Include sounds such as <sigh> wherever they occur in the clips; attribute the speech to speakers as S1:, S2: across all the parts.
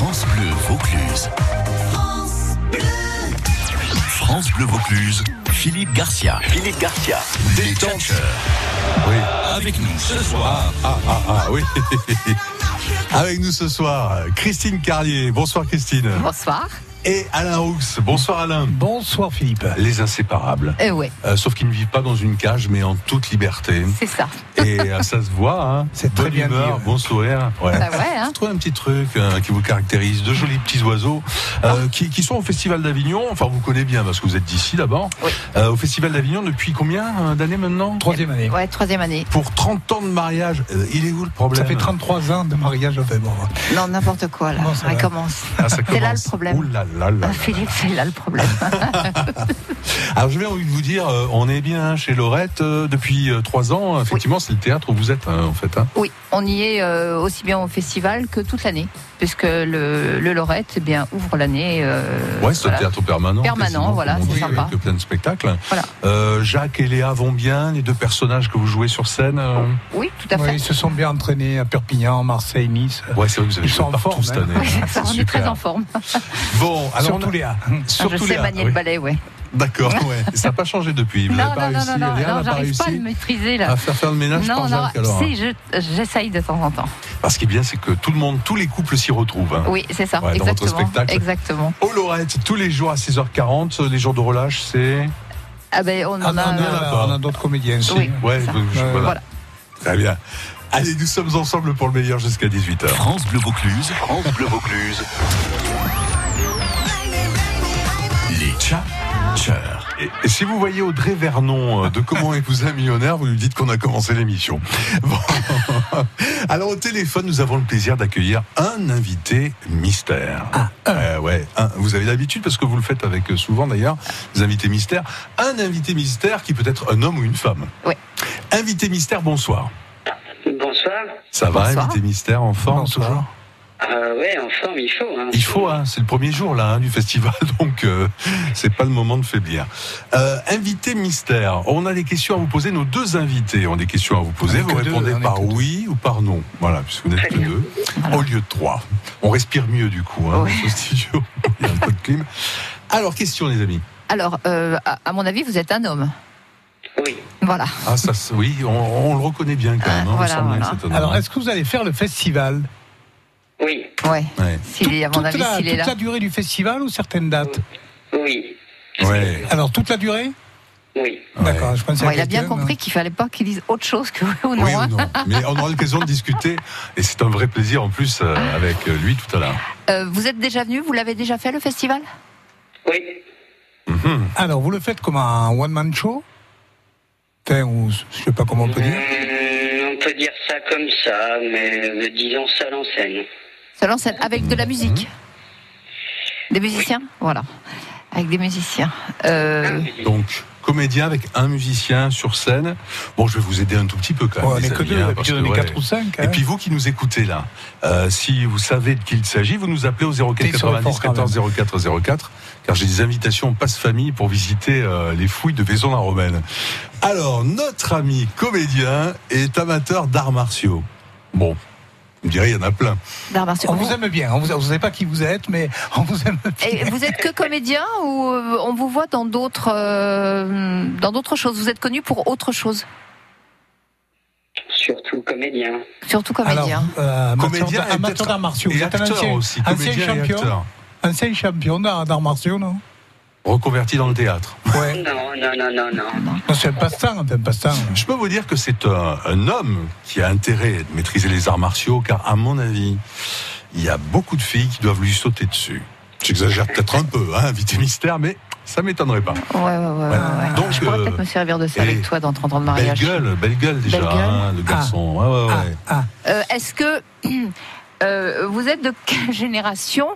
S1: France Bleu Vaucluse. France Bleu. France Bleu Vaucluse. Philippe Garcia. Philippe Garcia. Détente.
S2: Oui.
S1: Avec nous ce soir.
S2: Ah, ah, ah, oui. <laughs> Avec nous ce soir, Christine Carlier. Bonsoir, Christine.
S3: Bonsoir.
S2: Et Alain Roux. Bonsoir, Alain.
S4: Bonsoir Philippe.
S2: Les inséparables.
S3: Euh, ouais,
S2: Euh, sauf qu'ils ne vivent pas dans une cage, mais en toute liberté.
S3: c'est ça.
S4: <laughs>
S2: Et euh, ça se voit, hein.
S4: C'est très
S2: Bonne
S4: bien
S2: humeur,
S4: dit, ouais.
S2: bon sourire. Ouais.
S3: Bah ouais, hein.
S2: Trouvez un petit truc euh, qui vous caractérise, de jolis petits oiseaux
S3: Oh.
S2: euh, qui, qui sont au Festival d'Avignon. Enfin, vous connaissez bien parce que vous êtes d'ici d'abord.
S3: Oui.
S2: Euh, au Festival d'Avignon depuis combien euh, d'années maintenant
S4: Troisième année.
S3: Ouais, troisième année.
S2: Pour 30 ans de mariage, Euh, il est où le problème
S4: Ça fait 33 ans de mariage enfin bon.
S3: Non, n'importe quoi, là.
S4: Non, ça
S3: Elle
S4: va.
S3: commence.
S2: Ah, ça
S3: C'est là
S2: commence.
S3: le problème.
S2: Ouh là là là.
S3: Ah, Philippe, c'est là
S2: <laughs>
S3: le problème.
S2: Alors j'avais envie de vous dire, euh, on est bien chez Laurette euh, depuis euh, trois ans. Effectivement, c'est le théâtre où vous êtes hein, en fait. hein.
S3: Oui, on y est euh, aussi bien au festival que toute l'année, puisque le, le Lorette eh bien, ouvre l'année. euh,
S2: ouais, c'est
S3: voilà.
S2: un théâtre permanent.
S3: Permanent,
S2: quasiment,
S3: voilà,
S2: comme on
S3: c'est
S2: dit,
S3: sympa.
S2: Avec euh, plein de spectacles.
S3: Voilà.
S2: Euh, Jacques et Léa vont bien, les deux personnages que vous jouez sur scène. euh,
S3: Oui, tout à
S4: Ouais,
S3: fait. Ah,
S4: ils
S3: <laughs>
S4: se sont bien entraînés à Perpignan, Marseille, Nice.
S2: Ouais, c'est vrai que vous avez
S4: Ils
S2: joué
S4: sont en
S2: partout
S4: forme,
S2: cette
S4: hein.
S2: année.
S3: Oui, c'est ça,
S2: C'est
S3: on est
S2: super.
S3: très en forme. <laughs>
S2: Bon, alors
S4: Surtout
S2: on a-
S4: Léa.
S2: <laughs> surtout
S3: je sais
S2: Léa,
S3: manier
S2: oui.
S3: le balai, ouais. <laughs>
S2: D'accord, ouais. Et ça n'a pas changé depuis. Vous
S3: non,
S2: n'avez
S3: non,
S2: pas
S3: non,
S2: réussi,
S3: non, non,
S2: Léa
S3: non,
S2: n'a pas
S3: j'arrive pas à le
S2: réussi Ah,
S3: maîtriser, là.
S2: à faire faire le ménage
S3: non,
S2: par
S3: non,
S2: Jacques alors. hein.
S3: si, je- j'essaye de temps en temps.
S2: Parce qu'il est bien, c'est que tout le monde, tous les couples s'y retrouvent. hein.
S3: Oui, c'est ça,
S2: Ouais, dans votre
S3: exactement.
S2: spectacle.
S3: Exactement.
S2: Au Lorette, tous les jours à 6h40, les jours de relâche, c'est.
S3: Ah ben, on
S4: Ah,
S3: en
S4: non, non,
S3: a.
S2: là,
S4: là,
S2: pas.
S4: on a d'autres comédiens. si.
S3: Oui.
S2: Ouais,
S3: c'est ça.
S2: je-
S4: Ouais,
S2: voilà.
S3: voilà.
S2: Très bien. Allez, nous sommes ensemble pour le meilleur jusqu'à 18h.
S1: France Bleu Vaucluse. France Bleu Vaucluse. Les tcha-tcheurs.
S2: Et et si vous voyez Audrey Vernon euh, de Comment épouser un millionnaire, vous lui dites qu'on a commencé l'émission. <laughs> Bon. Alors au téléphone, nous avons le plaisir d'accueillir un invité mystère.
S3: Ah,
S2: Euh, ouais, un. vous avez l'habitude parce que vous le faites avec euh, souvent d'ailleurs, des invités mystères. Un invité mystère qui peut être un homme ou une femme.
S3: Ouais.
S2: Invité mystère, bonsoir.
S5: Bonsoir.
S2: Ça va,
S3: Bonsoir.
S2: invité mystère en forme
S4: Bonsoir.
S2: toujours
S5: Ah ouais, en forme, il faut. Hein.
S2: Il faut, hein, c'est le premier jour là hein, du festival, <laughs> donc euh, c'est pas le moment de faiblir. Euh, invité mystère, on a des questions à vous poser. Nos deux invités ont des questions à vous poser.
S4: On est
S2: Vous
S4: que deux,
S2: répondez
S4: on est
S2: par
S4: que deux.
S2: oui ou par non. Voilà, puisque vous n'êtes
S5: Très
S2: que
S5: bien.
S2: deux, au lieu de trois. On respire mieux du coup hein,
S3: Ouais.
S2: dans ce studio. <laughs> Il y a un peu de clim. Alors, question les amis.
S3: Alors, euh, à, à mon avis, vous êtes un homme.
S5: Oui.
S3: Voilà.
S2: Ah ça, c'est- oui, on, on le reconnaît bien quand même. hein,
S3: Ah,
S2: on
S3: voilà,
S2: sent bien
S3: voilà.
S2: que c'est un homme.
S4: Alors, est-ce que vous allez faire le festival
S5: Oui.
S3: Ouais.
S2: Ouais.
S3: S'il est, à mon
S4: Toute
S3: avis,
S4: la-
S3: s'il est
S4: toute
S3: là.
S4: la durée du festival ou certaines dates
S5: Oui.
S2: Ouais.
S4: Alors, toute la durée
S5: Oui.
S4: D'accord, je pensais à
S3: Bon, il a bien
S4: quelqu'un,
S3: compris qu'il fallait pas qu'il dise autre chose que oui ou non.
S2: Oui ou
S3: hein.
S2: non. Mais on aura l'occasion de discuter et c'est un vrai plaisir en plus euh, avec euh, lui tout à l'heure.
S3: Euh, vous êtes déjà venu, vous l'avez déjà fait le festival
S5: Oui.
S4: hein. Alors, vous le faites comme un one-man show Enfin, ou je sais pas comment on peut dire.
S5: Hum, on peut dire ça comme ça, mais euh, disons ça à l'enseigne.
S3: Selon scène, avec de la musique. Des musiciens Voilà. Avec des musiciens. Euh,
S2: Donc, comédien avec un musicien sur scène. Bon, je vais vous aider un tout petit peu quand même.
S4: Ouais, on
S2: les
S4: est que
S2: amis,
S4: deux,
S2: hein, parce
S4: d'habitude on
S2: que,
S4: est
S2: ouais.
S4: quatre ou cinq.
S2: Et
S4: hein.
S2: puis vous qui nous écoutez là, euh, si vous savez de qui il s'agit, vous nous appelez au 04
S4: T'es sur le
S2: 90
S4: fort, quand
S2: 14 04 04, car j'ai des invitations passe famille pour visiter euh, les fouilles de Vaison-la-Romaine. Alors, notre ami comédien est amateur d'arts martiaux. Bon, vous me direz, il y en a plein.
S3: d'arts martiaux.
S4: On vous aime bien, on vous, vous savez pas qui vous êtes, mais on vous aime bien.
S3: Et vous êtes que comédien ou euh, on vous voit dans d'autres euh, dans d'autres choses Vous êtes connu pour autre chose,
S5: Surtout comédien.
S3: surtout comédien.
S4: euh, amateur
S2: Comédien
S4: d'a-
S2: et
S4: amateur
S2: peut-être-
S4: d'arts martiaux.
S2: et
S4: Vous êtes un
S2: acteur
S4: ancien,
S2: aussi,
S4: ancien
S2: comédien et
S4: champion,
S2: acteur,
S4: ancien champion d'arts d'arts martiaux, non
S2: reconverti dans le théâtre.
S4: Ouais.
S5: Non, non, non, non, non.
S4: Non, c'est un passe-temps, un passe-temps.
S2: Je peux vous dire que c'est un, un homme qui a intérêt de maîtriser les arts martiaux, car à mon avis, il y a beaucoup de filles qui doivent lui sauter dessus. J'exagère peut-être un peu, hein, invité mystère, mais ça m'étonnerait pas.
S3: Ouais, ouais, ouais. ouais, ouais.
S2: Donc,
S3: Je pourrais
S2: euh,
S3: peut-être me servir de ça
S2: et-
S3: avec toi dans 30 ans de
S2: Belle
S3: mariage.
S2: gueule, belle gueule déjà,
S3: Belle gueule.
S2: hein, le garçon. Ouais, ouais, ouais.
S4: Ah,
S3: Euh, Est-ce que <clears throat> euh, vous êtes de
S4: <laughs>
S3: quelle génération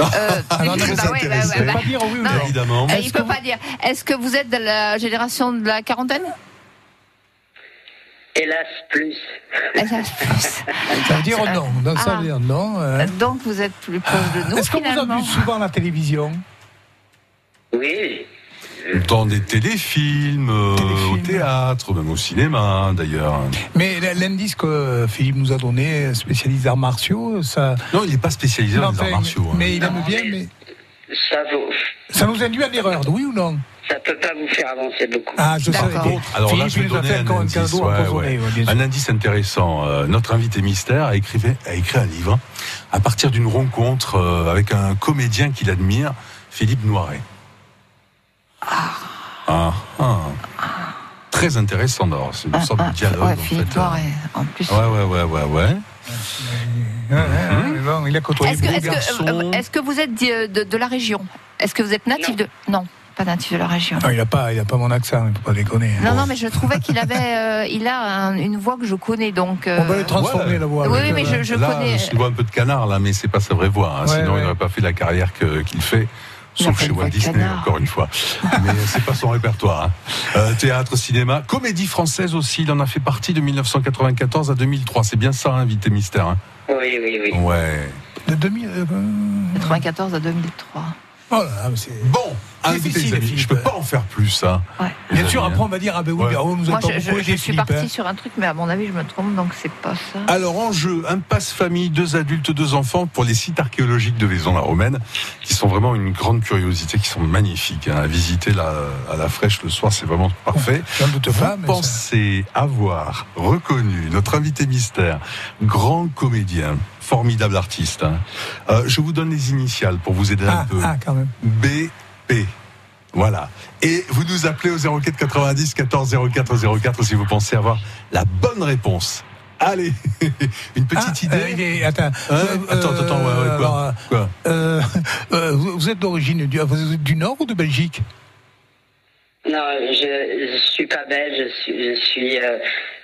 S3: Euh,
S4: alors Ah non,
S3: bah
S4: mais ça
S3: ouais, bah
S2: intéresse,
S3: ouais,
S4: peut
S3: bah.
S4: pas dire oui ou
S3: Non,
S4: non.
S3: mais-
S2: Évidemment.
S3: Euh,
S4: Est-ce
S3: Il peut
S4: que vous-
S3: pas dire. Est-ce que vous êtes de la génération de
S4: <laughs>
S3: la quarantaine
S5: Hélas, plus.
S4: Ça veut dire non. non Ça
S3: Ah.
S4: veut dire non. euh.
S3: Donc vous êtes plus proche de nous
S4: Est-ce qu'on vous a
S3: finalement.
S4: vu souvent à la télévision
S5: Oui.
S2: Dans des téléfilms, euh,
S4: Téléfilms.
S2: au théâtre, même au cinéma d'ailleurs.
S4: Mais l- l'indice que Philippe nous a donné, spécialiste arts martiaux, ça.
S2: Non, il n'est pas spécialisé dans les arts
S4: mais-
S2: martiaux. hein.
S4: Mais il aime
S5: Non,
S4: bien,
S5: mais-
S4: mais.
S5: Ça vaut.
S4: Ça nous induit à l'erreur, oui ou non
S5: Ça peut pas vous faire avancer beaucoup.
S4: Ah, je sais.
S3: D'accord.
S4: Bon,
S2: Alors là,
S4: Philippe,
S2: je vais
S4: il nous a
S2: donner
S4: fait
S2: un
S4: encore un
S2: indice,
S4: cadeau
S2: ouais,
S4: empoisonné,
S2: ouais.
S4: ouais, bien sûr.
S2: Un indice intéressant. Euh, notre invité mystère a écrit, a écrit un livre à partir d'une rencontre euh, avec un comédien qu'il admire, Philippe Noiret. Ah. ah. Très intéressant d'avoir c'est une sorte de dialogue.
S3: Ah, ouais,
S2: en
S3: Philippe
S4: euh,
S2: fait. hein.
S3: Noiret, en plus.
S2: Ouais, ouais, ouais, ouais, ouais.
S4: Ouais, ouais, ouais, mais bon, il a côtoyé
S3: Est-ce que,
S4: beaucoup
S3: est-ce
S4: de gars.
S3: que,
S2: garçon.
S3: euh, est-ce que vous êtes di- de, de la région Est-ce que vous êtes natif
S5: Non.
S3: de. Non, pas natif de la région.
S4: Non, il n'a pas, il a pas mon accent, il ne faut pas déconner. hein.
S3: Non, non, mais je trouvais qu'il avait. euh, il a un- une voix que je connais donc. euh,
S4: On va le transformer,
S2: Ouais.
S4: la voix.
S3: Oui,
S4: avec,
S3: mais
S4: euh,
S3: je
S2: là,
S3: connais-
S2: c'est une voix un peu de canard, là, mais c'est pas sa vraie voix. hein.
S4: Ouais,
S2: Sinon,
S4: ouais.
S2: il n'aurait pas fait la carrière que- qu'il fait.
S3: Il a
S2: Sauf
S3: pas
S2: chez
S3: une voix
S2: Walt
S3: de
S2: Disney,
S3: canard.
S2: encore une fois.
S3: <laughs>
S2: Mais c'est pas son répertoire. hein. Euh, théâtre, cinéma, comédie française aussi. Il en a fait partie de 1994 à 2003. C'est bien ça, hein, invité mystère. hein.
S5: Oui, oui, oui.
S2: Ouais.
S4: De 2000. euh, euh,
S3: 94 à 2003.
S4: Oh là là, mais c'est.
S2: Bon, invité,
S4: Difficile,
S2: les amis,
S4: Philippe.
S2: je peux pas en faire plus. Hein,
S3: Ouais.
S2: les
S4: Bien sûr,
S2: amis,
S4: après,
S2: hein.
S4: on va dire, ah ben oui,
S2: Ouais.
S4: Garo nous a
S3: Moi,
S4: pas
S3: je, je-
S4: proposé
S3: je suis
S4: Philippe,
S3: partie
S4: hein.
S3: sur un truc, mais à mon avis, je me trompe, donc c'est pas ça.
S2: Alors en jeu, impasse famille, deux adultes, deux enfants pour les sites archéologiques de Vaison-la-Romaine, qui sont vraiment une grande curiosité, qui sont magnifiques hein, à visiter là, à la fraîche le soir, c'est vraiment parfait.
S4: J'en doute
S2: Vous
S4: pas, mais. ça-
S2: pensez avoir reconnu notre invité mystère, grand comédien, formidable artiste. hein. Euh, je vous donne les initiales pour vous aider un
S4: Ah,
S2: peu.
S4: ah, quand même.
S2: BP. Voilà. Et vous nous appelez au 04 90 14 04 04 si vous pensez avoir la bonne réponse. Allez, <laughs> une petite
S4: Ah,
S2: idée.
S4: euh, il est- attends.
S2: Hein
S4: Euh,
S2: attends, attends, ouais, ouais,
S4: euh,
S2: quoi,
S4: alors,
S2: quoi
S4: euh, euh, vous vous êtes d'origine du, ah, vous êtes du Nord ou de Belgique
S5: Non, je, je suis pas belge, je suis, je suis euh,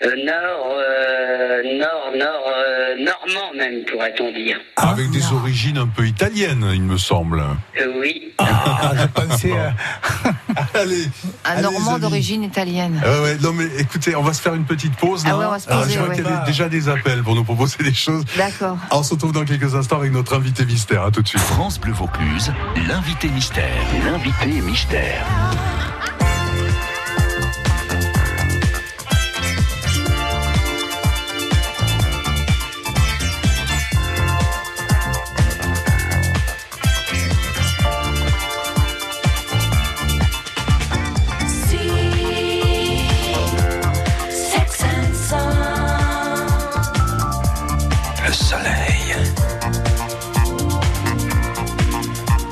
S5: euh, nord, euh, nord, nord, euh, normand même, pourrait-on dire.
S4: ah,
S2: Avec des origines un peu italiennes, il me semble. <laughs>
S5: Euh, oui.
S4: Ah, je pensais. euh,
S2: Allez.
S3: Un
S2: allez, les
S3: Normand
S2: amis.
S3: d'origine italienne.
S2: Ouais, ouais, non mais écoutez, on va se faire une petite pause.
S3: Ah
S2: non
S3: ouais, on va se
S2: Alors,
S3: poser,
S2: je vois
S3: ouais.
S2: qu'il y a des- déjà des appels pour nous proposer des choses.
S3: D'accord.
S2: Alors, on se retrouve dans quelques instants avec notre invité mystère. À tout de suite.
S1: France Bleu Vaucluse, l'invité mystère. L'invité mystère. Le soleil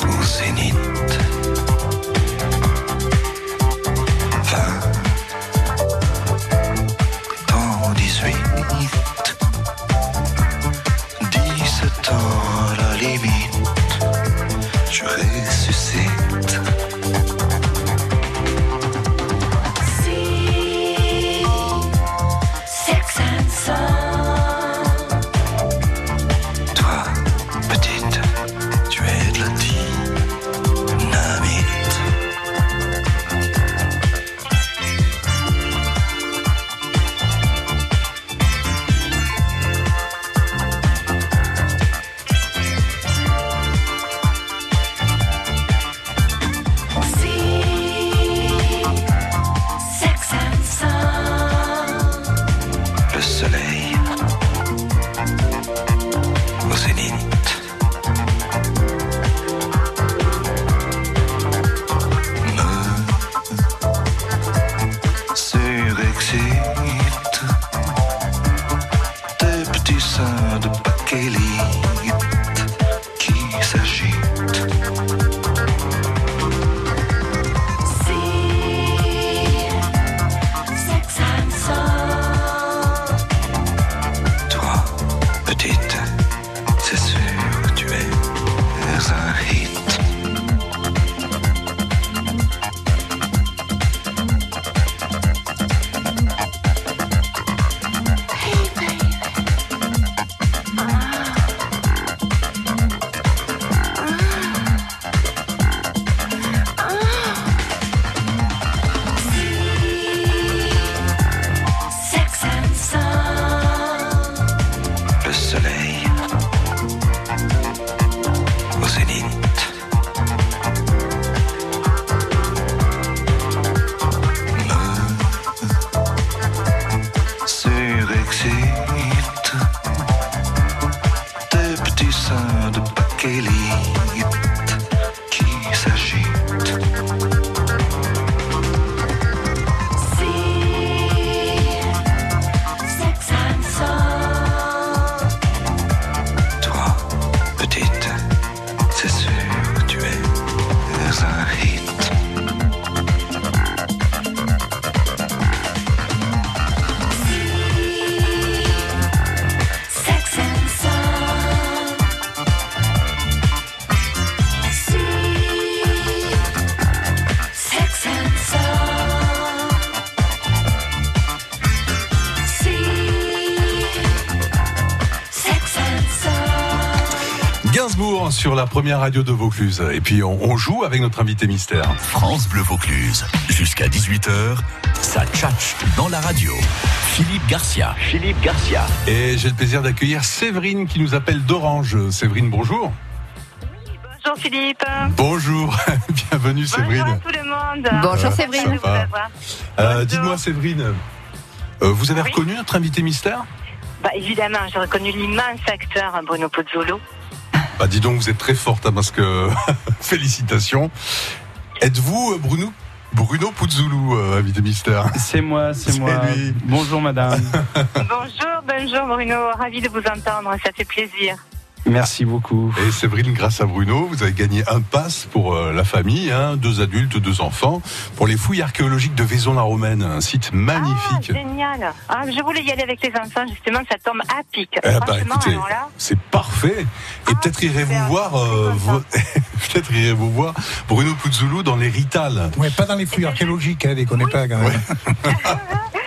S1: au zénith
S2: sur la première radio de Vaucluse. Et puis on, on, joue avec notre invité mystère.
S1: France Bleu Vaucluse, jusqu'à 18h, ça tchatche dans la radio. Philippe Garcia. Philippe Garcia.
S2: Et j'ai le plaisir d'accueillir Séverine qui nous appelle d'Orange. Séverine, bonjour.
S6: Oui, bonjour Philippe.
S2: Bonjour, <laughs> bienvenue Séverine.
S6: Bonjour à tout le monde.
S3: Bonjour euh, Séverine.
S2: Euh, Dites-moi Séverine, euh, vous avez oui. reconnu notre invité mystère
S6: bah, évidemment, j'ai reconnu l'immense acteur hein, Bruno
S2: <laughs>
S6: Pozzolo.
S2: Bah dis donc, vous êtes très forte hein, parce que <laughs> félicitations. Êtes-vous euh, Bruno Bruno Puzzoulou, euh, invité mystère
S7: C'est moi, c'est moi. Lui. Bonjour madame.
S6: bonjour, bonjour Bruno, ravi de vous entendre, ça fait plaisir.
S7: <laughs> Merci beaucoup.
S2: Et Séverine, grâce à Bruno, vous avez gagné un pass pour euh, la famille, hein, deux adultes, deux enfants, pour les fouilles archéologiques de Vaison-la-Romaine, un site
S6: Ah,
S2: magnifique.
S6: génial. Ah, je voulais y aller avec les enfants, justement, ça tombe à pic.
S2: Eh bah, écoutez, c'est parfait. Et ah, peut-être irez-vous voir, euh, vo... <laughs> peut-être irez-vous voir Bruno Puzzoulou dans les Ritales.
S4: Ouais, pas dans les fouilles archéologiques, hein, les connaît oui. pas quand même.
S6: Ouais.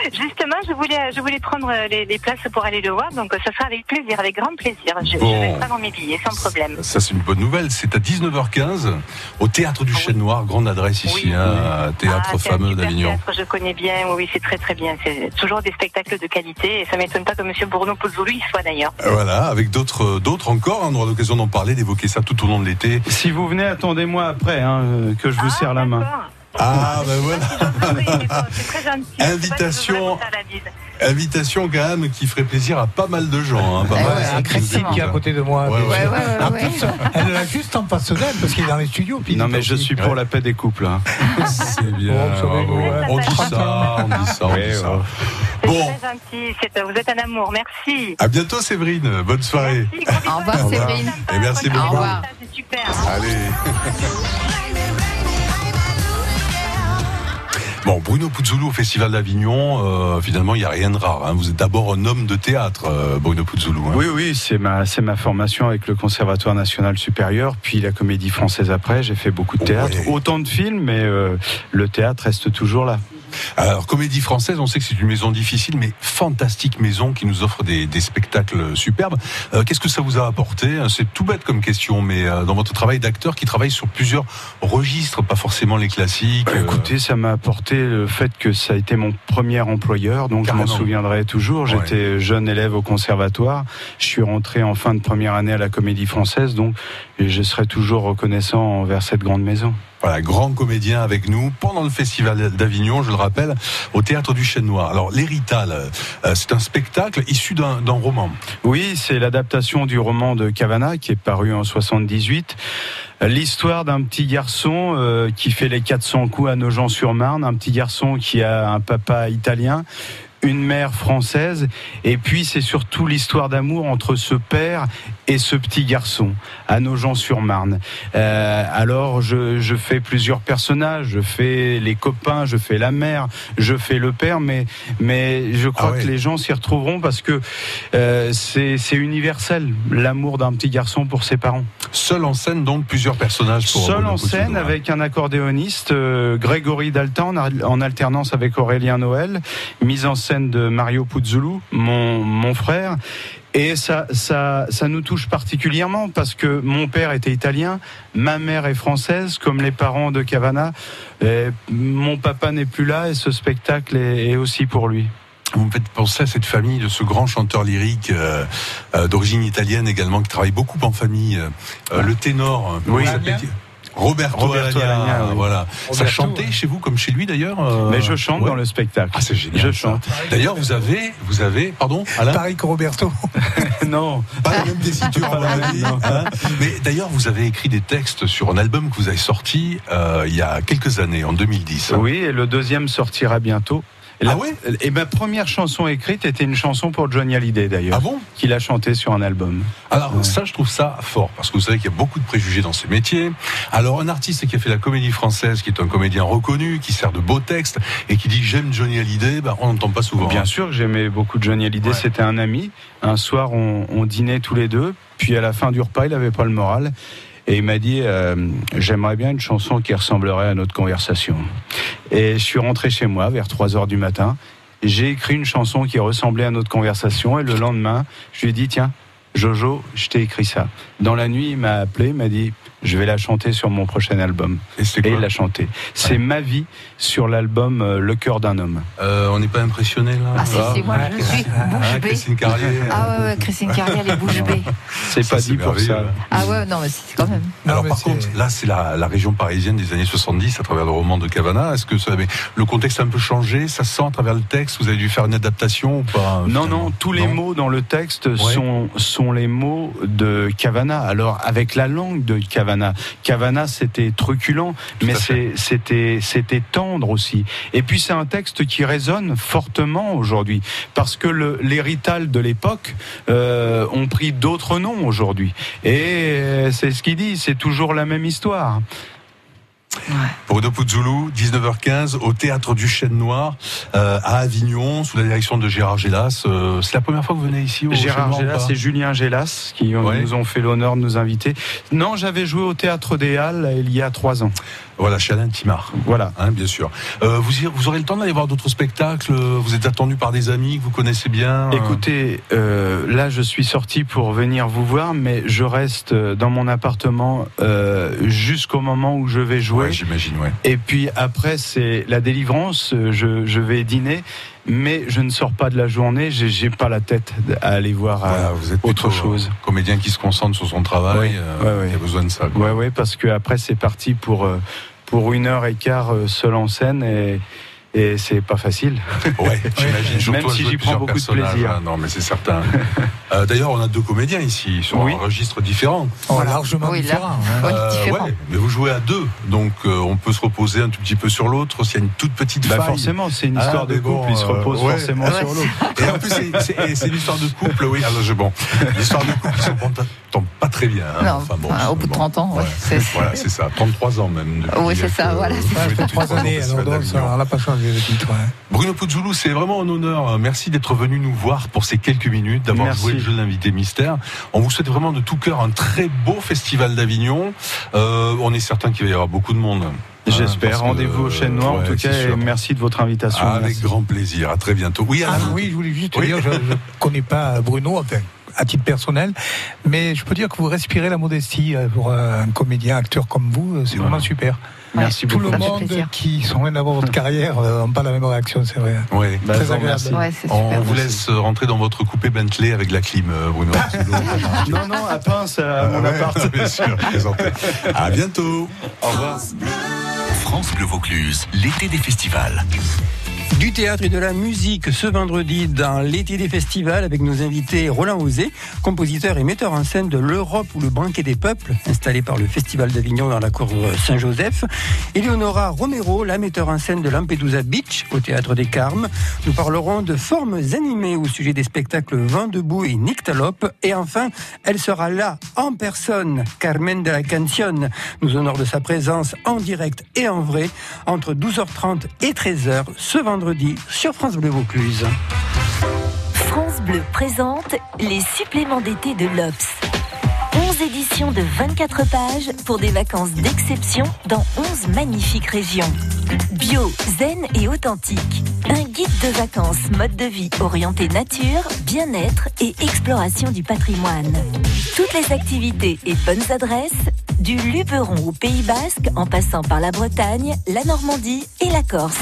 S6: Justement, je voulais, je voulais prendre euh, les, les, places pour aller le voir, donc ça sera avec plaisir, avec grand plaisir. Je, bon. je vais prendre mes billets, sans problème.
S2: Ça, c'est une bonne nouvelle. C'est à 19h15 au Théâtre du oh, Chêne oui. Noir, grande adresse ici, oui, hein, oui. théâtre ah, fameux d'Avignon.
S6: je connais bien, oui, c'est très très bien. C'est toujours des spectacles de qualité et ça m'étonne pas que M. Bourneau Pozzoulou y soit d'ailleurs.
S2: Voilà, avec d'autres encore, hein, on aura l'occasion d'en parler, d'évoquer ça tout au long de l'été.
S7: Si vous venez, attendez-moi après hein, que je vous ah, serre la main.
S2: Ah, ben voilà. Invitation. Invitation quand même qui ferait plaisir à pas mal de hein. gens. Hein, pas
S4: Ah ouais, hein, mal ouais, Christine qui est à côté de moi. Ouais,
S2: Ah,
S4: en plus, elle l'a juste en face d'elle parce qu'il est dans les studios. Puis
S7: non mais je suis pour la paix des couples. Hein.
S2: C'est bien. On dit ça, on dit ça, on dit ça.
S6: Bon. Très gentil. euh, Vous êtes un amour. Merci.
S2: À bientôt Séverine. Bonne soirée.
S3: Merci, au revoir Séverine.
S2: Et merci beaucoup. Au
S3: revoir.
S6: Super. hein.
S2: Allez. <laughs> Bon, Bruno Puzzoulou au Festival d'Avignon, euh, finalement, il n'y a rien de rare. Hein. Vous êtes d'abord un homme de théâtre, euh, Bruno Puzzoulou. Hein.
S7: Oui, oui, c'est ma, c'est ma formation avec le Conservatoire National Supérieur, puis la Comédie Française après. J'ai fait beaucoup de théâtre, ouais. autant de films, mais euh, le théâtre reste toujours là.
S2: Alors, Comédie Française, on sait que c'est une maison difficile, mais fantastique maison qui nous offre des, des spectacles superbes. Euh, qu'est-ce que ça vous a apporté Euh, C'est tout bête comme question, mais euh, dans votre travail d'acteur qui travaille sur plusieurs registres, pas forcément les classiques. Bah,
S7: écoutez, ça m'a apporté le fait que ça a été mon premier employeur, donc Carrément. je m'en souviendrai toujours. J'étais ouais. jeune élève au conservatoire, je suis rentré en fin de première année à la Comédie Française, donc je serai toujours reconnaissant envers cette grande maison.
S2: Voilà, grand comédien avec nous pendant le Festival d'Avignon, je le rappelle, au Théâtre du Chêne Noir. Alors, L'Hérital, c'est un spectacle issu d'un roman.
S7: Oui, c'est l'adaptation du roman de Cavana qui est paru en 78. L'histoire d'un petit garçon euh, qui fait les 400 coups à Nogent-sur-Marne, un petit garçon qui a un papa italien, une mère française, et puis c'est surtout l'histoire d'amour entre ce père et ce petit garçon à Nogent-sur-Marne. Euh, alors je, je, fais plusieurs personnages, je fais les copains, je fais la mère, je fais le père, mais, mais je crois ah oui. que les gens s'y retrouveront parce que euh, c'est universel, l'amour d'un petit garçon pour ses parents.
S2: Seul en scène donc plusieurs personnages pour
S7: Seul en scène Poutine, avec un accordéoniste, euh, Grégory Dalton en alternance avec Aurélien Noël, mise en scène de Mario Puzzulu, mon, mon frère. Et ça, ça, ça nous touche particulièrement parce que mon père était italien, ma mère est française, comme les parents de Cavana. Et mon papa n'est plus là et ce spectacle est, est aussi pour lui.
S2: Vous me faites penser à cette famille de ce grand chanteur lyrique euh, euh, d'origine italienne également qui travaille beaucoup en famille, euh, le ténor.
S7: Ah. Oui.
S2: Roberto,
S7: Roberto
S2: Alagna, euh,
S7: Alagna, oui.
S2: voilà. ça
S4: Roberto,
S2: chantait
S4: ouais.
S2: chez vous comme chez lui d'ailleurs euh,
S7: Mais je chante
S2: ouais.
S7: dans le spectacle.
S2: Ah, c'est génial.
S7: Je
S2: ça.
S7: chante.
S2: D'ailleurs, vous avez, vous avez, pardon, Alain,
S4: Pareil que Roberto.
S7: <laughs> non.
S2: pas la même décision, à
S7: <laughs>
S2: mon avis, hein. Mais d'ailleurs, vous avez écrit des textes sur un album que vous avez sorti euh, il y a quelques années, en 2010. hein.
S7: Oui, et le deuxième sortira bientôt. Et,
S2: Ah
S7: la-
S2: ouais
S7: et ma première chanson écrite était une chanson pour Johnny Hallyday d'ailleurs,
S2: Ah bon
S7: qu'il a chantée sur un album.
S2: Alors ça, je trouve ça fort, parce que vous savez qu'il y a beaucoup de préjugés dans ces métiers. Alors un artiste qui a fait la comédie française, qui est un comédien reconnu, qui sert de beaux textes, et qui dit j'aime Johnny Hallyday, bah, on n'entend pas souvent.
S7: Bien sûr que j'aimais beaucoup Johnny Hallyday,
S2: Ouais.
S7: c'était un ami. Un soir, on, on dînait tous les deux, puis à la fin du repas, il n'avait pas le moral. Et il m'a dit, euh, j'aimerais bien une chanson qui ressemblerait à notre conversation. Et je suis rentré chez moi vers 3 heures du matin. J'ai écrit une chanson qui ressemblait à notre conversation. Et le lendemain, je lui ai dit, tiens, Jojo, je t'ai écrit ça. Dans la nuit, il m'a appelé, il m'a dit, je vais la chanter sur mon prochain album.
S2: Et c'est
S7: Et
S2: quoi
S7: il l'a chantée. C'est ma vie sur l'album euh, Le cœur d'un homme.
S2: Euh, On n'est pas impressionné là
S3: Ah, si,
S2: Ah,
S3: si, moi, je suis
S2: ah,
S3: bouche bée.
S2: Christine Carlier.
S3: Ah ouais, ouais, Christine Carrière, les bouche bée.
S7: C'est
S2: Ça,
S7: pas
S2: c'est
S7: dit pour ça.
S2: merveilleux.
S3: Ah ouais, non, mais c'est quand même.
S4: Non,
S2: Alors
S4: mais
S2: par
S4: c'est-
S2: contre, là c'est la, la région parisienne des années 70 à travers le roman de Cavana. Est-ce que ça, mais le contexte a un peu changé Ça se sent à travers le texte Vous avez dû faire une adaptation ou pas
S7: Non,
S2: finalement
S7: non, tous les
S2: Non
S7: mots dans le texte
S2: Ouais.
S7: sont, sont les mots de Cavana. Alors, avec la langue de Cavana. Cavana, c'était truculent,
S2: Tout
S7: mais
S2: à fait.
S7: c'est- c'était c'était tendre aussi. Et puis, c'est un texte qui résonne fortement aujourd'hui, parce que le- l'hérital de l'époque euh, ont pris d'autres noms aujourd'hui. Et euh, c'est ce qu'il dit, c'est toujours la même histoire.
S2: Bruno Puzzoulou, 19h15, au théâtre du Chêne Noir, euh, à Avignon, sous la direction de Gérard Gélas. Euh, c'est la première fois que vous venez ici au Chêne
S7: Gérard
S2: Noir ou
S7: Gélas
S2: pas
S7: et Julien Gélas qui ont-
S2: Ouais.
S7: nous ont fait l'honneur de nous inviter. Non, j'avais joué au Théâtre des Halles il y a trois ans.
S2: Voilà, chez Alain Timard.
S7: Voilà.
S2: Hein, bien sûr. Euh, vous, irez- vous aurez le temps d'aller voir d'autres spectacles euh, Vous êtes attendu par des amis que vous connaissez bien euh,
S7: Écoutez, euh, là je suis sorti pour venir vous voir, mais je reste euh, dans mon appartement euh, jusqu'au moment où je vais jouer.
S2: Ouais, j'imagine, ouais.
S7: Et puis après c'est la délivrance, euh, je, je vais dîner, mais je ne sors pas de la journée, j'ai j'ai pas la tête à aller voir. euh,
S2: Voilà, vous êtes
S7: autre
S2: plutôt,
S7: chose.
S2: euh, Comédien qui se concentre sur son travail.
S7: Ouais,
S2: euh,
S7: ouais, ouais.
S2: Il y a besoin de ça. quoi.
S7: Ouais, ouais, parce que après c'est parti pour euh, pour une heure et quart euh, seul en scène et et c'est pas facile.
S2: Ouais, j'imagine. surtout
S7: Même
S2: à
S7: si
S2: jouer
S7: j'y prends
S2: plusieurs
S7: beaucoup de
S2: personnages,
S7: plaisir.
S2: hein. non, mais
S7: <laughs>
S2: c'est certain. Euh, D'ailleurs, on a deux comédiens ici, sur
S7: Oui.
S2: un registre différent.
S4: Oh, largement
S3: Oui, là.
S4: différent.
S3: <laughs>
S4: hein.
S3: Ouais,
S2: Euh,
S3: différent.
S2: ouais, mais vous jouez à deux, donc euh, on peut se reposer un tout petit peu sur l'autre. S'il y a une toute petite
S7: Bah
S2: faille.
S7: forcément, c'est une
S2: Ah,
S7: histoire de
S2: mais bon,
S7: couple, ils se
S2: euh,
S7: reposent
S2: ouais.
S7: forcément
S3: Ouais.
S7: sur l'autre.
S2: Et en plus, c'est- c'est c'est une histoire de couple, oui. Alors, je, bon, l'histoire de couple, ils s'en portent- tombe pas très bien. hein.
S3: Non,
S2: Enfin, bon,
S3: enfin, au bout de
S2: bon.
S3: 30 ans, ouais, c'est-
S2: voilà, c'est ça. 33 ans même. depuis
S3: Oui, c'est ça,
S2: que-
S3: voilà, c'est
S2: vous
S4: Ouais,
S2: êtes
S4: pour
S2: tous
S4: trois
S2: les
S4: années,
S2: deux
S4: alors donc,
S2: d'Avignon.
S4: ça, on n'a pas changé le titre. hein.
S2: Bruno Puzzoulou, c'est vraiment un honneur. Merci d'être venu nous voir pour ces quelques minutes, d'avoir
S7: Merci.
S2: joué le jeu de l'invité mystère. On vous souhaite vraiment de tout cœur un très beau festival d'Avignon. Euh, on est certain qu'il va y avoir beaucoup de monde. Hein,
S7: J'espère. Rendez-vous
S2: aux
S7: aux chaînes noires, en tout cas, et merci de votre invitation.
S2: Avec
S7: Merci.
S2: grand plaisir. À très bientôt. Oui,
S4: Ah
S2: Alain.
S4: oui, je voulais juste te
S2: Oui.
S4: dire, je ne connais pas Bruno, enfin, à titre personnel, mais je peux dire que vous respirez la modestie euh, pour un comédien, acteur comme vous, euh, c'est vraiment super.
S7: Merci
S4: Tout
S7: beaucoup.
S4: le
S3: Ça fait
S4: monde
S3: plaisir.
S4: qui sont loin d'avoir votre carrière euh, n'a pas la même réaction, c'est vrai.
S2: Ouais.
S7: Bah,
S4: Très
S7: je vous
S4: agréable.
S7: remercie.
S3: Ouais, c'est
S2: On
S3: super.
S2: vous laisse euh, rentrer dans votre coupé Bentley avec la clim, euh, Bruno.
S7: Non, non, à pince, à <laughs> mon
S2: <laughs> Ouais,
S7: appart.
S2: bien sûr, présenté. À bientôt.
S7: Au revoir.
S1: France Bleu Vaucluse, l'été des festivals.
S8: Du théâtre et de la musique ce vendredi dans l'été des festivals avec nos invités Roland Osé, compositeur et metteur en scène de l'Europe ou le banquet des peuples, installé par le Festival d'Avignon dans la cour Saint-Joseph, et Leonora Romero, la metteur en scène de Lampedusa Beach au théâtre des Carmes. Nous parlerons de formes animées au sujet des spectacles Vent debout et Nyctalope. Et enfin, elle sera là en personne, Carmen de la Cancion, nous honore de sa présence en direct et en vrai entre 12h30 et 13h ce vendredi sur France Bleu Vaucluse.
S9: France Bleu présente les suppléments d'été de l'Obs. 11 éditions de 24 pages pour des vacances d'exception dans 11 magnifiques régions. Bio, zen et authentique. Un guide de vacances, mode de vie orienté nature, bien-être et exploration du patrimoine. Toutes les activités et bonnes adresses, du Luberon au Pays Basque en passant par la Bretagne, la Normandie et la Corse.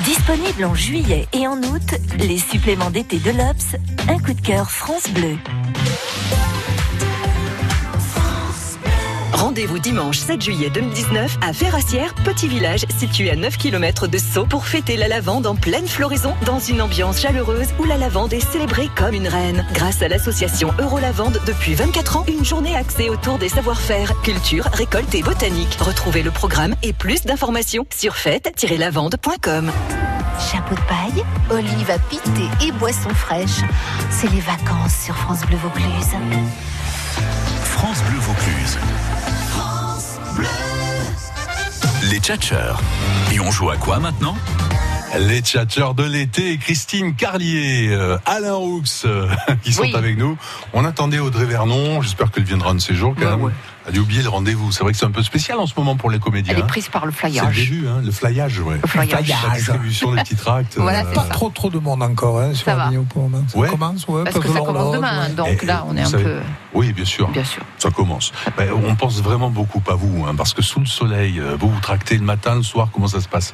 S9: Disponible en juillet et en août, les suppléments d'été de l'Obs, un coup de cœur France Bleu.
S10: Rendez-vous dimanche 7 juillet 2019 à Ferrassière, petit village situé à 9 km de Sceaux pour fêter la lavande en pleine floraison dans une ambiance chaleureuse où la lavande est célébrée comme une reine. Grâce à l'association Eurolavande depuis 24 ans, une journée axée autour des savoir-faire, culture, récolte et botanique. Retrouvez le programme et plus d'informations sur fête-lavande.com.
S11: Chapeau de paille, olives à piter et boissons fraîches. C'est les vacances sur France Bleu Vaucluse.
S1: France Bleu Vaucluse. Les tchatcheurs. Et on joue à quoi maintenant
S2: Les tchatcheurs de l'été, Christine Carlier, euh, Alain Roux, euh, <laughs> qui sont
S1: Oui.
S2: avec nous. On attendait Audrey Vernon, j'espère qu'elle viendra un de ces jours. Quand même. Elle a oublié le rendez-vous. C'est vrai que c'est un peu spécial en ce moment pour les comédiens.
S3: Elle est
S2: hein.
S3: prise par le
S2: C'est le
S3: flyage.
S2: début, hein, le flyage, ouais.
S3: Le flyage.
S2: La distribution des petits tracts. euh,
S3: Voilà, c'est
S4: Pas
S3: ça.
S4: trop trop de monde encore hein, sur
S3: Ça
S4: la
S3: va.
S4: vidéo pour le moment. Ça
S2: Ouais.
S4: commence, ouais,
S3: Parce que ça
S4: là, on
S3: commence
S4: l'a-
S3: demain,
S4: ouais.
S3: donc
S2: Et,
S3: là
S2: euh,
S3: on est
S2: vous
S3: un
S2: savez-
S3: peu.
S2: Oui, bien sûr.
S3: Bien sûr.
S2: Ça commence. Ben, on pense vraiment beaucoup à vous, hein, parce que sous le soleil, euh, vous vous tractez le matin, le soir, comment ça se passe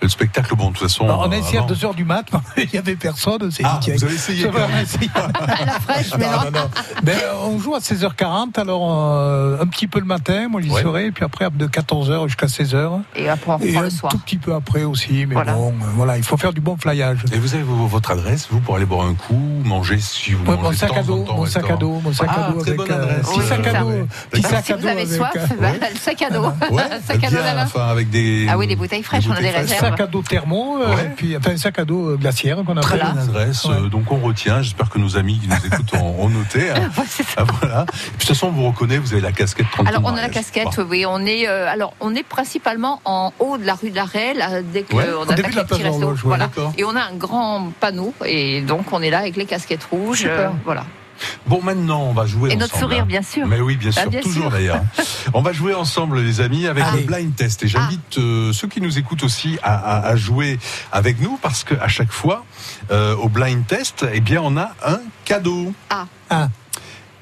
S2: Le spectacle, bon, de toute façon.
S4: Bah, on a
S2: euh,
S4: essayé à
S2: avant-
S4: 2h du mat, <laughs> il n'y avait personne, c'est
S2: Ah,
S4: nickel.
S2: vous avez essayé,
S4: Ça va,
S2: quand
S4: on a essayé.
S3: À la fraîche, mais
S4: Ah, Non,
S3: non.
S4: non, non. Ben, on joue à 16h40, alors euh, un petit peu le matin, moi j'y
S2: Ouais.
S4: serai, et puis après de 14h jusqu'à 16h.
S3: Et après on
S4: Et
S3: reprend
S4: un
S3: le soir.
S4: tout petit peu après aussi, mais
S3: Voilà.
S4: bon, euh, voilà, il faut faire du bon flyage.
S2: Et vous avez vos- votre adresse, vous, pour aller boire un coup, manger si vous
S4: Ouais,
S2: mangez
S4: mon sac
S2: de temps
S4: à dos,
S2: en temps,
S4: mon sac à
S2: restaurant.
S4: dos, mon sac à
S2: Ah,
S4: dos
S2: très
S4: avec
S2: bonne
S4: euh,
S2: adresse.
S4: petit
S3: Oui,
S4: sac
S3: c'est
S4: à
S3: ça.
S4: dos,
S2: Ouais.
S4: petit
S2: Bah,
S4: sac
S3: Si
S4: à
S3: vous
S4: dos
S3: avez
S4: avec,
S3: soif,
S4: euh,
S3: bah, le sac à dos.
S2: Ah
S3: <laughs>
S2: Ouais,
S3: Le sac à dos
S2: bien,
S3: d'Alain.
S2: enfin, avec des.
S3: Ah oui, des bouteilles fraîches, on a des
S2: bouteilles fraîches.
S3: réserves.
S4: sac à dos thermo, euh,
S2: Ouais.
S4: et puis enfin sac à dos euh, glaciaire qu'on
S2: Très
S4: appelle.
S2: bonne adresse, euh,
S4: Ouais.
S2: donc on retient. J'espère que nos amis qui nous écoutent ont, ont noté.
S3: <laughs>
S2: hein. Ah, voilà. Et puis, de toute façon, on vous reconnaît, vous avez la casquette 30
S3: Alors on a la casquette, oui, on est euh, alors on est principalement en haut de la rue de l'Arrêt, là, dès que
S2: Ouais,
S3: on
S2: au
S4: début
S3: attaque
S4: de la
S3: les petits
S4: place
S3: restos,
S4: d'Horloge, ouais,
S3: voilà.
S2: d'accord.
S3: Et on a un grand panneau et donc on est là avec les casquettes rouges,
S4: Super.
S3: euh, voilà.
S2: Bon, maintenant, on va jouer
S3: Et
S2: ensemble.
S3: notre sourire,
S2: hein.
S3: bien sûr.
S2: Mais oui, bien
S3: Ah,
S2: sûr,
S3: bien
S2: toujours
S3: sûr. <laughs> Ah.
S2: d'ailleurs. On va jouer ensemble, les amis, avec
S4: Allez.
S2: le blind test. Et j'invite euh, ceux qui nous écoutent aussi à, à- à jouer avec nous, parce que à chaque fois, euh, au blind test, eh bien, on a un cadeau.
S3: Ah.
S4: Ah.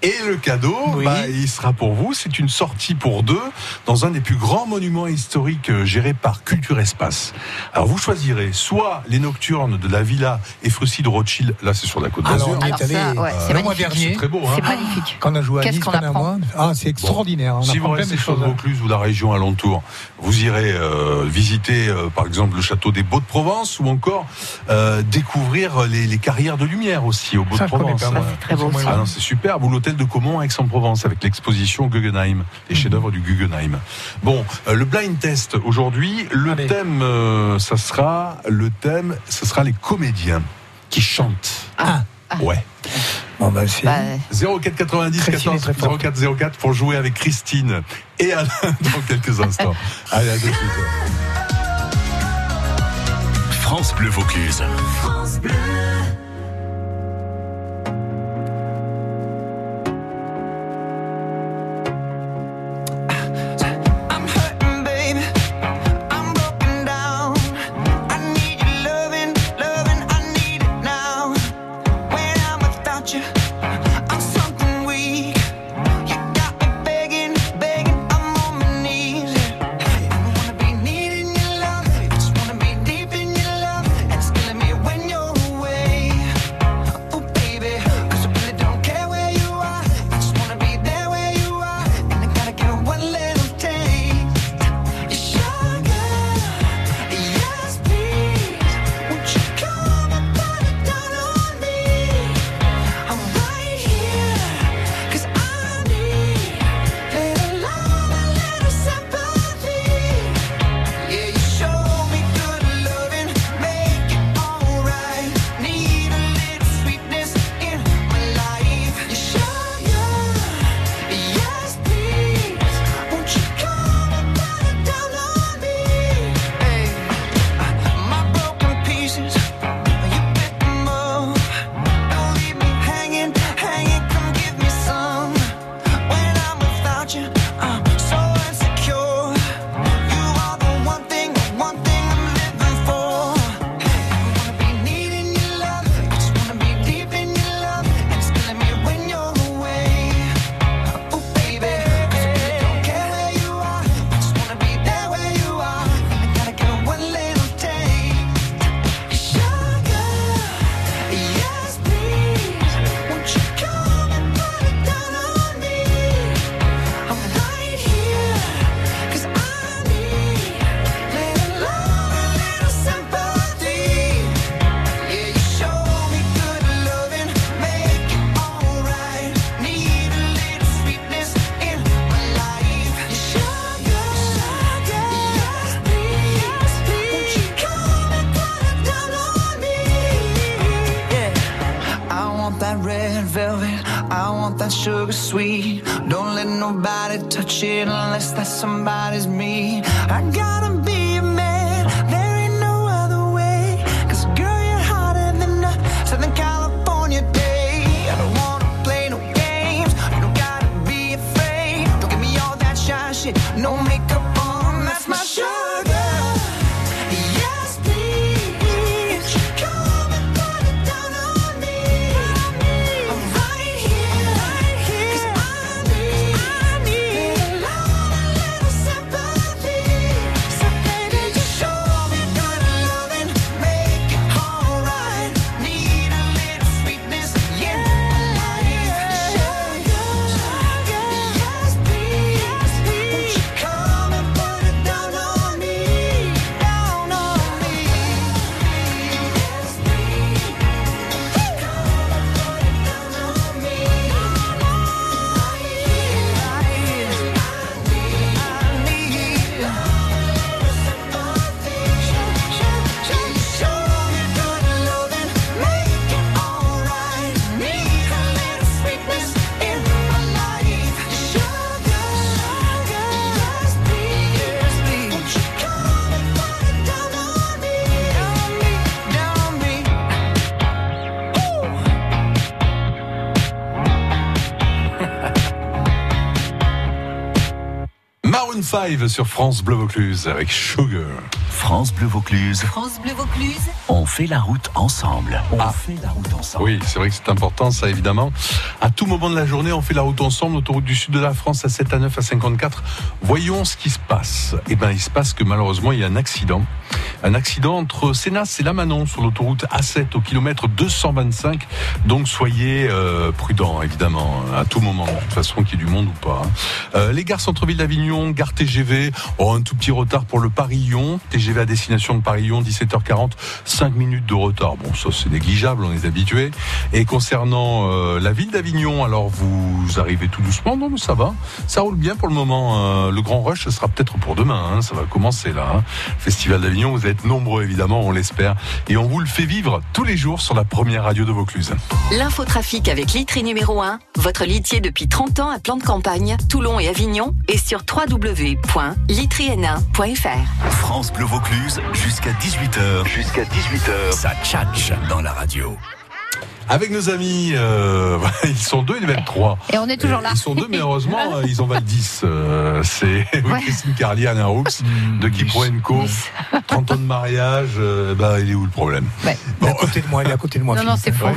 S2: Et le cadeau,
S4: Oui.
S2: bah, il sera pour vous. C'est une sortie pour deux dans un des plus grands monuments historiques euh, gérés par Culture Espace. Alors vous choisirez soit les nocturnes de la Villa et Frucy de Rothschild, là c'est sur la côte
S4: Alors,
S2: d'Azur,
S4: on est
S3: Alors ça,
S4: allé euh,
S3: ouais, c'est
S4: le mois
S3: magnifique.
S4: dernier,
S2: c'est très beau. Hein
S3: C'est magnifique.
S4: quand on a joué à
S3: Qu'est-ce
S4: Nice,
S3: qu'on
S4: qu'on a
S3: apprend
S4: moins. Ah, c'est extraordinaire. On
S2: si vous
S4: apprend plein
S2: restez
S4: de
S2: sur
S4: choses. hein.
S2: le Vaucluse ou la région alentour, vous irez euh, visiter euh, par exemple le château des Baux-de-Provence ou encore euh, découvrir les, les carrières de lumière aussi au
S4: Ça, je connais
S2: Baux-de-Provence.
S4: pas. moi.
S2: Ouais.
S3: très beau,
S2: Ah non, c'est superbe. Ou l'hôtel de Caumont à Aix-en-Provence avec l'exposition Guggenheim, les
S4: Mm-hmm.
S2: chefs-d'œuvre du Guggenheim. Bon, euh, le blind test aujourd'hui, le
S4: Allez.
S2: thème, euh, ça sera le thème, ça sera les comédiens qui chantent.
S4: Ah.
S2: Ouais.
S4: Bon,
S2: Ah,
S4: bah, c'est-
S3: Bah,
S2: 04 90
S4: Christine est
S2: 14
S4: très forte.
S2: 04 04 pour jouer avec Christine et Alain <laughs> dans quelques instants. Allez, à tout de suite.
S1: France Bleu Vaucluse.
S12: I'm hurting, baby. I'm broken down. I need your loving, loving. I need it now. When I'm without you, I'm something weak. You got me begging, begging. I'm on my knees. I wanna be needing your love. I just wanna be deep in your love, and it's killing me when you're away.
S13: Oh,
S12: that sugar sweet. Don't let nobody touch it unless that somebody's me. I gotta be a man, there ain't no other way. Cause girl, you're hotter than a Southern California day. I don't wanna play no games, you don't gotta be afraid. Don't give me all that shy shit, no makeup on, that's my sugar. Yes, please, come and put it down on me. Right here, right here. 'Cause I need, I need a lot, a little sympathy. So baby, just show me good loving, make it alright. Need a little sweetness, yeah, sugar, sugar. Yes, please, yes, please. Won't you come and put it down on me, down on me? Yes, please. Come and put it down on me,
S2: Maroon 5 sur France Bleu Vaucluse avec Sugar.
S1: France Bleu Vaucluse.
S9: France Bleu Vaucluse.
S1: On fait la route ensemble. On
S2: Ah.
S1: fait la route ensemble.
S2: Oui, c'est vrai que c'est important, ça évidemment. À tout moment de la journée, on fait la route ensemble, autoroute du sud de la France à 7 à 9 à 54. Voyons ce qui se passe. Eh bien, il se passe que malheureusement, il y a un accident. Un accident entre Sénas et Lamanon sur l'autoroute A7 au kilomètre 225. Donc soyez euh, prudents, évidemment, à tout moment, de toute façon, qu'il y ait du monde ou pas. hein. Euh, les gares centre-ville d'Avignon, gare TGV, oh, un tout petit retard pour le Paris-Lyon. TGV à destination de Paris-Lyon, 17h40, 5 minutes de retard. Bon, ça c'est négligeable, on est habitué. Et concernant euh, la ville d'Avignon, alors vous arrivez tout doucement, non mais ça va, ça roule bien pour le moment. Euh, le grand rush ce sera peut-être pour demain, hein, ça va commencer là. hein. Festival d'Avignon, vous êtes nombreux évidemment, on l'espère, et on vous le fait vivre tous les jours sur la première radio de Vaucluse.
S10: L'infotrafic avec Litry numéro 1, votre litier depuis 30 ans à plan de campagne, Toulon et Avignon, et sur www.litryn1.fr.
S1: France Bleu Vaucluse jusqu'à 18h. Jusqu'à 18h. Ça tchatche dans la radio.
S2: Avec nos amis, euh, <laughs> ils sont deux, ils devaient être trois.
S3: Et on est toujours
S2: Euh,
S3: là.
S2: Ils sont deux, mais heureusement,
S3: <laughs>
S2: euh, ils en valent 10. Euh, c'est Christine Carly, Alain Roux, de Kipro Co. 30 ans de mariage, euh, bah, il est où le problème
S4: Il est à côté de moi, il est à côté de moi.
S3: Non, non, c'est faux.
S2: Ouais.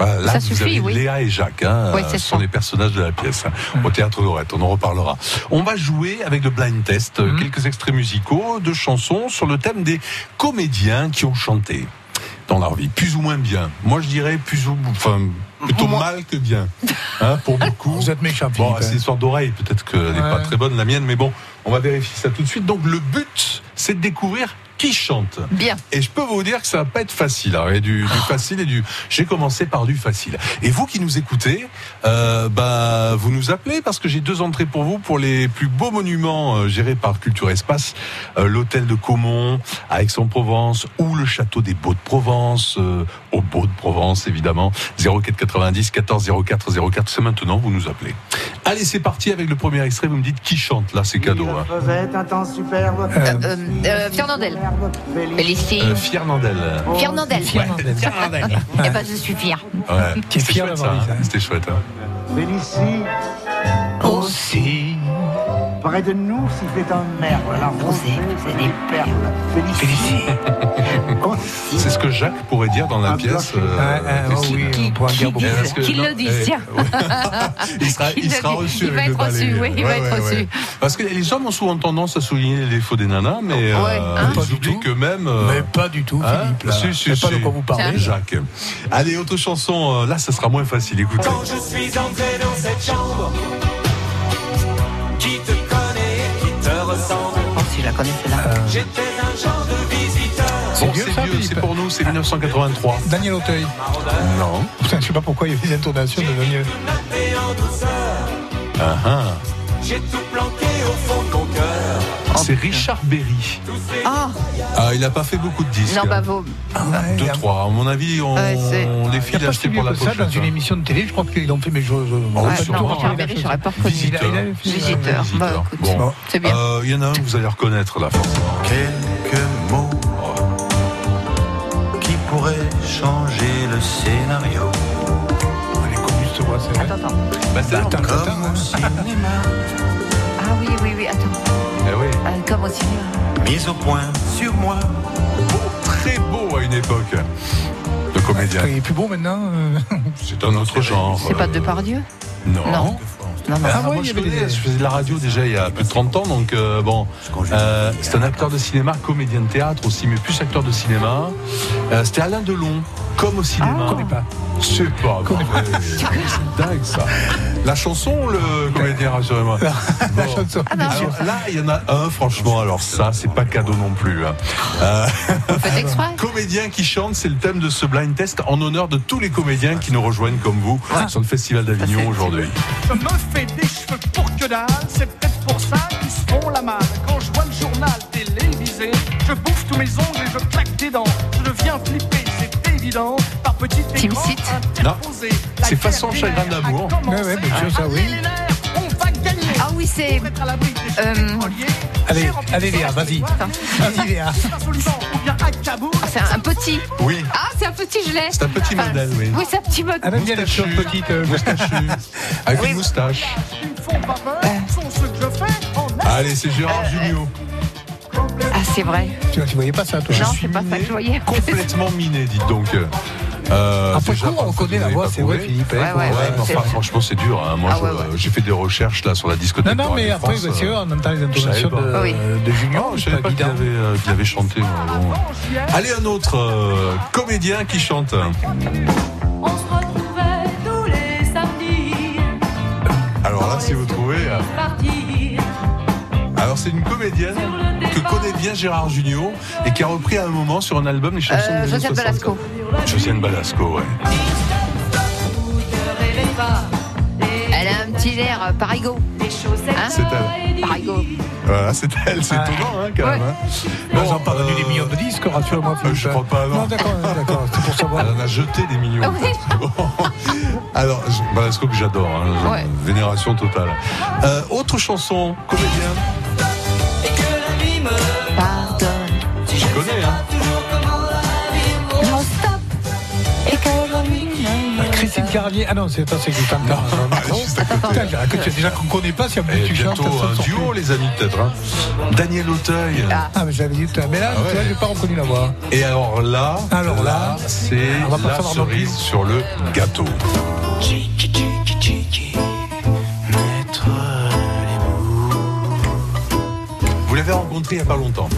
S2: Voilà, Bah, là,
S3: Ça
S2: vous
S3: suffit,
S2: avez
S3: oui.
S2: Léa et Jacques, hein,
S3: Oui,
S2: euh,
S3: c'est
S2: sont
S3: ça.
S2: les personnages de la pièce. hein, Au théâtre d'Orette, on en reparlera. On va jouer avec le blind test,
S3: Mhm.
S2: euh, quelques extraits musicaux de chansons sur le thème des comédiens qui ont chanté dans leur vie, plus ou moins bien. Moi, je dirais plus ou enfin plutôt mal que bien, hein, pour beaucoup. Vous
S4: êtes méchant.
S2: Bon,
S4: Philippe, hein.
S2: c'est une histoire d'oreille, peut-être qu'elle n'est pas
S4: Ouais.
S2: très bonne la mienne, mais bon, on va vérifier ça tout de suite. Donc, le but, c'est de découvrir. Qui chante
S3: Bien.
S2: Et je peux vous dire que ça va pas être facile. hein, et du, du facile et du. J'ai commencé par du facile. Et vous qui nous écoutez, euh, bah vous nous appelez parce que j'ai deux entrées pour vous pour les plus beaux monuments euh, gérés par Culture Espace, euh, l'hôtel de Caumont à Aix-en-Provence ou le château des Beaux de Provence euh, au Beaux de Provence évidemment 04 90 14 04 04 c'est maintenant vous nous appelez. Allez c'est parti avec le premier extrait vous me dites qui chante là c'est cadeau. hein.
S12: Rosette, un temps superbe.
S2: Euh,
S3: Euh, Fernandel. Félicine.
S2: Euh, Fernandel.
S4: Oh.
S3: Fernandel.
S2: Ouais, Fernandel.
S3: <laughs> Eh ben, je suis fière.
S2: Ouais,
S4: Qui est
S2: c'était
S4: fier
S2: chouette,
S4: d'avoir
S2: ça,
S4: dit ça,
S2: hein. C'était chouette. hein.
S12: Félicie aussi. Près de nous, s'il fait un merde, la rosée, c'est des perles. Félicie aussi.
S2: C'est ce que Jacques pourrait dire dans la pièce. euh,
S4: Ah, ah, oh oui, on pourra dire beaucoup.
S2: Parce que-
S3: Qu'il
S2: non,
S3: le
S2: eh,
S3: dise, tiens.
S2: Il sera,
S3: Qu'il
S2: il
S3: le
S2: sera
S3: dise.
S2: reçu.
S3: Il va
S2: avec
S3: être
S2: le
S3: reçu,
S2: balai.
S3: oui, il va
S2: Ouais,
S3: être
S2: ouais,
S3: reçu.
S2: ouais. Parce que les hommes ont souvent tendance à souligner les défauts des nanas, mais euh,
S4: hein. Pas
S2: ils
S4: du
S2: oublient qu'eux-mêmes. euh,
S4: Mais pas du tout,
S2: hein,
S4: Philippe. là.
S2: si,
S4: Je
S2: si,
S4: sais pas de
S2: si.
S4: quoi vous parlez.
S2: Jacques. Allez, autre chanson. euh, Là, ça sera moins facile. Écoutez.
S4: Oh,
S12: Quand je suis entré dans cette chambre, qui te connaît et qui te ressemble,
S3: Oh, si je la connais, celle-là.
S2: Ah,
S12: j'étais un genre de visiteur.
S2: Bon,
S4: vieux, ça,
S2: c'est vieux,
S4: Philippe
S2: c'est pour nous, c'est 1983.
S4: Daniel Auteuil.
S2: Non.
S4: Putain, <laughs> je sais pas pourquoi il y a des intonations de Daniel.
S12: Naté en douceur,
S2: Ah, ah.
S12: j'ai tout planqué au fond de mon cœur.
S2: Ah, C'est Richard Berry.
S3: Ah,
S2: Ah, il n'a pas fait beaucoup de disques.
S3: non, bah,
S2: hein.
S3: vous.
S2: Deux, trois. À mon avis, on,
S3: Ouais, c'est-
S2: on les
S4: Il
S2: file
S4: a pas fait
S2: achetés pour
S4: mieux
S2: la
S4: que ça
S2: pochette.
S4: dans une
S2: hein. Ah,
S4: émission de télé, je crois qu'ils l'ont fait, mais je.
S2: Ouais, non, Richard
S3: Berry, j'aurais pas reconnu.
S2: Visiteur.
S3: Visiteur. Bah, écoute,
S2: Bon.
S3: c'est bien.
S2: Euh, Il y en a un que vous allez reconnaître là, forcément.
S14: Quelques mots qui pourraient changer le scénario.
S3: Attends, attends.
S4: Bah,
S2: Bah,
S14: Comme au cinéma,
S3: Ah oui, oui, oui, attends.
S2: Eh
S3: Euh, comme au cinéma.
S14: mise au point sur moi.
S2: Très beau à une époque. Le comédien.
S4: Il est plus beau maintenant. euh.
S2: C'est un autre genre.
S3: C'est pas de Depardieu
S2: Non.
S3: Non. Non, non.
S2: Ah, moi, je connais, je faisais de la radio déjà il y a plus de 30 ans, donc euh, bon. Euh, c'est un acteur de cinéma, comédien de théâtre aussi, mais plus acteur de cinéma. Euh, C'était Alain Delon, comme au cinéma. Je connais
S4: pas.
S2: Je sais pas. bon, ouais, C'est dingue ça. La chanson, ou le comédien, rassurez-moi. Bon. Alors, là, il y en a un, franchement, alors ça, c'est pas cadeau non plus. hein. Euh, Comédien qui chante, c'est le thème de ce blind test en honneur de tous les comédiens qui nous rejoignent comme vous
S4: Ah.
S2: sur le Festival d'Avignon aujourd'hui.
S15: Je me fais des cheveux pour que dalle, c'est peut-être pour ça qu'ils se font la malle. Quand je vois le journal télévisé, je bouffe tous mes ongles et je claque des dents. Je deviens flippé, c'est évident, par petites
S3: Team
S15: écrans
S3: Seat
S15: interposés. La
S2: C'est
S15: guerre
S2: façon
S15: des
S2: chagrin
S15: nerfs
S2: d'amour.
S15: a commencé.
S2: Ouais, ouais, bien sûr, ça, oui.
S15: Allez, les nerfs, on va gagner.
S3: Ah oui, c'est. euh,
S4: Allez, allez Léa, vas-y. Vas-y Léa.
S3: Ah, C'est un petit.
S2: Oui.
S3: Ah, c'est un petit, je l'ai.
S2: C'est un petit
S3: Enfin,
S2: modèle, oui.
S3: Oui, c'est un petit modèle.
S4: Ah, Elle aime bien les choses petites. euh, <laughs>
S2: Avec une moustache. Allez, c'est
S4: Euh,
S2: Gérard Junior.
S3: Ah, c'est vrai.
S4: Tu, tu voyais pas ça, toi
S2: Ah,
S3: Non, c'est pas ça que je voyais.
S2: Complètement miné, dites donc. Euh,
S4: Après
S2: déjà,
S4: coup, on
S2: parfois,
S4: connaît
S2: vous
S4: la
S2: n'avez
S4: voix,
S2: pas
S4: c'est vrai,
S2: trouvé.
S4: Philippe, hein, Ouais, ouais,
S2: mais
S4: ouais,
S2: enfin,
S4: c'est vrai.
S2: franchement, c'est dur. hein. Moi,
S4: Ah
S2: je-
S4: ouais, ouais.
S2: j'ai fait des recherches là sur la discothèque.
S4: Non, non,
S2: Chorale
S4: mais
S2: de
S4: après,
S2: France,
S4: bah, c'est
S2: euh,
S4: vrai, on entend les
S2: je savais
S4: intonations
S2: pas. Ah
S4: de, de Junior.
S2: Non, je savais pas qu'il avait, euh, qu'il avait chanté. moi, bon. Allez, un autre euh, comédien qui chante.
S13: On se retrouvait tous les samedis,
S2: Alors là, si vous trouvez. euh,
S13: partis.
S2: Alors c'est une comédienne que connaît bien Gérard Junior et qui a repris à un moment sur un album les chansons
S13: Euh,
S2: de
S13: Josiane Balasco.
S2: Josiane Balasco, ouais.
S3: Elle a un petit air euh, parigo. Hein
S2: C'est elle.
S3: Parigo.
S2: Voilà, c'est elle, c'est étonnant hein, quand même. hein. Bon,
S4: Ils ont pas vendu des millions
S2: euh,
S4: de disques, rassure-moi.
S2: je crois pas, non.
S4: Non, d'accord, hein, d'accord, c'est <laughs> pour savoir.
S2: Elle en a jeté des
S13: Ah
S2: millions. <laughs> Alors, je- Balasco que j'adore, hein,
S4: Ouais.
S2: vénération totale. Euh, autre chanson, comédien. Je connais, hein.
S3: Non, stop.
S13: Et que la nuit
S4: Ah, Christine Carlier, ah non, c'est attends, c'est juste un temps. Putain, j'ai- écoute, j'ai déjà qu'on connaît pas, si en plus
S2: Et
S4: tu chantes.
S2: bientôt
S4: personne
S2: un
S4: sort
S2: duo, les amis, peut-être. hein. Daniel Auteuil.
S4: plus. Ah, mais j'avais dit, putain, mais là,
S2: Ah ouais.
S4: tu vois, j'ai pas reconnu la voix.
S2: Et alors là,
S4: Alors là,
S2: c'est
S4: on va pas
S2: la
S4: savoir non
S2: cerise sur le gâteau. Vous l'avez rencontré il n'y a pas longtemps.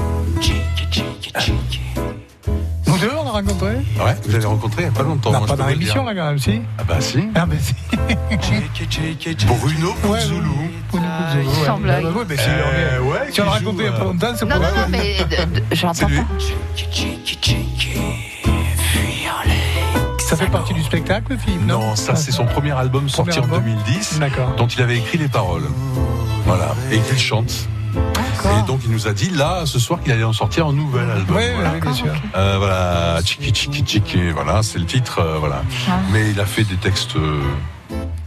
S4: Nous deux, on l'a rencontré
S2: Ah Ouais, vous l'avez rencontré il n'y a pas longtemps.
S4: Non,
S2: moi,
S4: pas
S2: je peux
S4: dans
S2: vous le
S4: l'émission,
S2: dire.
S4: hein. là, quand même, si
S2: Ah bah si.
S4: Ah, mais
S2: <laughs>
S4: si.
S2: Bruno
S4: Ouais, Bruno Puzzoulou, ouais.
S3: semble.
S4: Bah, bah, ouais, mais si,
S2: Ah, Euh,
S4: on est-
S2: ouais,
S4: Si on
S2: qui
S4: l'a
S2: joue,
S4: raconté il y a pas
S2: euh,
S4: longtemps, c'est
S3: Non,
S4: pour
S3: non,
S4: ça.
S3: non, mais euh, de- je l'entends
S4: C'est lui.
S3: pas.
S4: Ça fait partie du spectacle, le film
S2: Non, ça c'est son premier album sorti en 2010, dont il avait écrit les paroles. Voilà, et qu'il chante. Et donc il nous a dit là ce soir qu'il allait en sortir un nouvel album.
S4: Oui,
S2: voilà.
S4: oui, bien sûr.
S2: Euh, voilà, Tchiki Tchiki Tchiki, voilà, c'est le titre, euh, voilà.
S4: Ah.
S2: Mais il a fait des textes euh,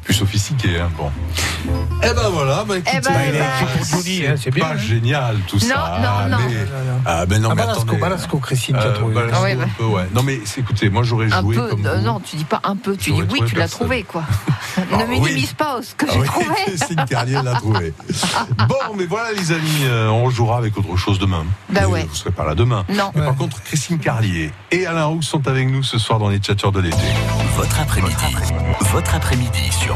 S2: plus sophistiqués, hein, bon. Eh ben voilà, bah, écoutez,
S4: ben, eh ben.
S2: c'est pas génial tout
S4: Non,
S2: ça.
S4: non, non.
S2: mais- Ah ben non,
S4: Ah,
S2: mais
S4: Balasco,
S2: attendez.
S4: Balasco, Christine, tu as
S2: Euh,
S4: trouvé.
S2: Balasco,
S3: Ah ouais,
S2: un
S3: bah.
S2: peu, ouais. Non mais c'est- écoutez, moi j'aurais
S3: Un
S2: joué
S3: peu,
S2: comme
S3: euh,
S2: vous.
S3: non, tu dis pas un peu, tu dis
S2: J'aurais
S3: oui,
S2: trouvé
S3: tu l'as
S2: personne.
S3: trouvé, quoi.
S2: Ah
S3: ne
S2: oui.
S3: minimise pas oh, ce que
S2: Ah
S3: j'ai
S2: oui,
S3: trouvé.
S2: <laughs> Christine Carlier l'a trouvé. Bon, mais voilà les amis, euh, on jouera avec autre chose demain.
S3: Bah
S2: Mais
S3: ouais.
S2: Vous serez pas là demain.
S3: Non.
S2: Mais Par contre, Christine Carlier et Alain Roux sont avec nous ce soir dans les tchatcheurs de l'été.
S1: Votre après-midi. Votre après-midi sur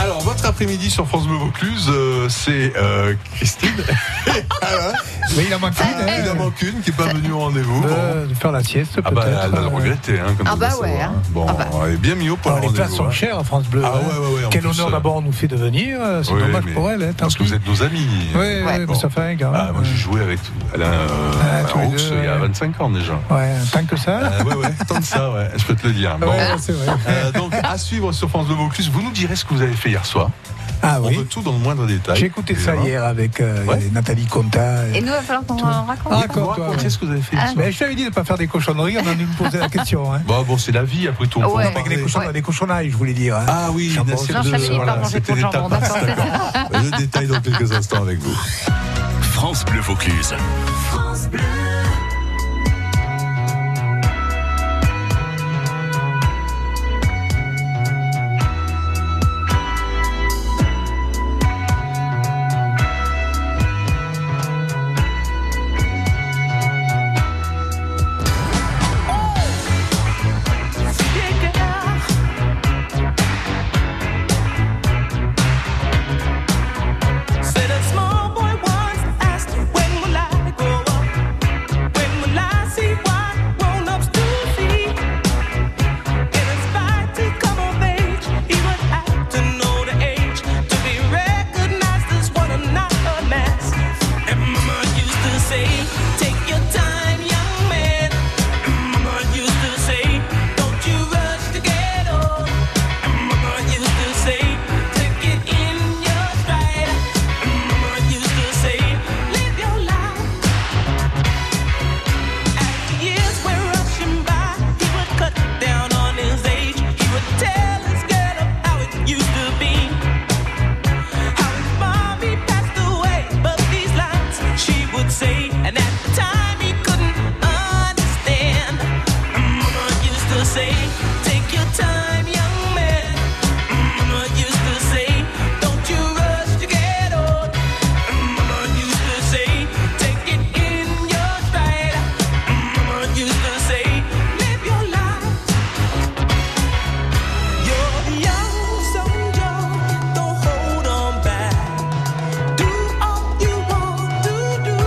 S2: Alors, votre après-midi sur France Bleu Vaucluse, euh, c'est euh, Christine.
S4: <laughs> Mais il en manque une. hein.
S2: Il en manque une qui n'est pas venue au rendez-vous.
S4: Euh, de faire la sieste,
S2: Ah bah,
S4: peut-être.
S2: elle va le
S4: euh.
S2: regretter. hein, comme
S4: Ah
S2: vous
S4: bah
S2: le savez,
S4: ouais,
S2: hein.
S4: hein.
S2: Bon,
S4: Ah bah.
S2: elle est bien mieux pour
S4: Alors,
S2: le
S4: les places
S2: rendez-vous.
S4: sont
S2: hein.
S4: chères à France Bleu.
S2: Ah
S4: hein.
S2: ouais, ouais, ouais, en
S4: Quel
S2: plus,
S4: honneur
S2: euh,
S4: d'abord on nous fait de venir. euh, C'est
S2: Oui,
S4: dommage
S2: mais-
S4: pour elle. hein, tant
S2: Parce que
S4: pis.
S2: vous êtes nos amis.
S4: Ouais, ouais, mais
S2: Bon.
S4: ça fait un gars. hein.
S2: Ah, moi, j'ai joué avec Alain, euh, Alain
S4: tous les
S2: Roux,
S4: deux,
S2: il y a
S4: ouais.
S2: 25 ans déjà.
S4: Ouais, tant que ça.
S2: Euh, ouais, ouais, tant que ça, ouais, je peux te le dire. Bon.
S4: Ouais, c'est vrai.
S2: Euh, donc, à suivre sur France Bleu Vaucluse, vous nous direz ce que vous avez fait hier soir.
S4: Ah
S2: on
S4: oui.
S2: veut tout dans le moindre détail.
S4: J'ai écouté ça
S2: Voilà.
S4: hier avec euh, Nathalie Conta. Ah,
S3: Et nous, il va falloir qu'on en raconte.
S2: Ah, ce que vous avez fait
S3: Ah.
S4: Mais Je t'avais dit de ne pas faire des cochonneries, on en a dû me poser la question.
S2: <laughs>
S4: Hein.
S2: Bah, bon, c'est la vie, après tout. on peut
S4: Non,
S2: en
S4: mais
S2: parler.
S4: des, cochonneries, des cochonnailles, je voulais dire. hein.
S2: Ah oui, une
S4: Jambon,
S2: assiette
S4: jambon,
S2: de-
S4: jambon,
S2: voilà,
S4: jambon,
S2: c'était les
S4: jambon,
S2: tapas,
S4: jambon, jambon.
S2: d'accord. Le détail dans quelques instants avec vous.
S1: France Bleu Vaucluse.
S12: France Bleu.
S13: Said a small boy once asked, when will I grow up? When will I see what grown-ups do see? It inspired to come of age. He would have to know the age to be recognized as one and not a mass. And mama used to say, take your time, young man. And mama used to say, don't you rush to get old. And mama used to say, take it in your stride. Mama used to say, "Live your life." As the years were rushing by, he would cut down on his age. He would tell his girl of how it used to be, how his mommy passed away. But these lines she would say, and at the time he couldn't understand. Mama used to say, "Take your time, young man." Mama used to say, "Don't you rush to get old." Mama used to say, "Take it in your stride." Mama used to say, "Live your life." You're young, so young. Don't hold on back. Do all you want to do.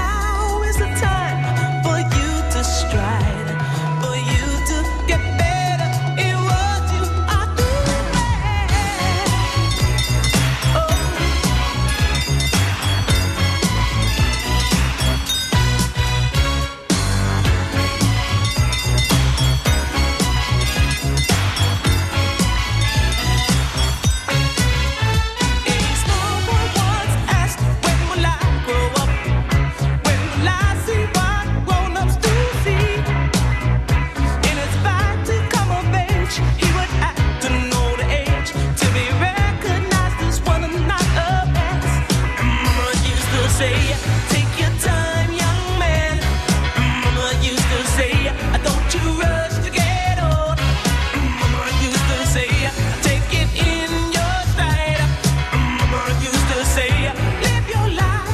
S13: Now is the time for you to stride, for you to get better in what you are doing. Oh. Take your time, young man. Mama used to say, Don't you rush to get old. Mama used to say, Take it in your stride. Mama used to say, Live your life.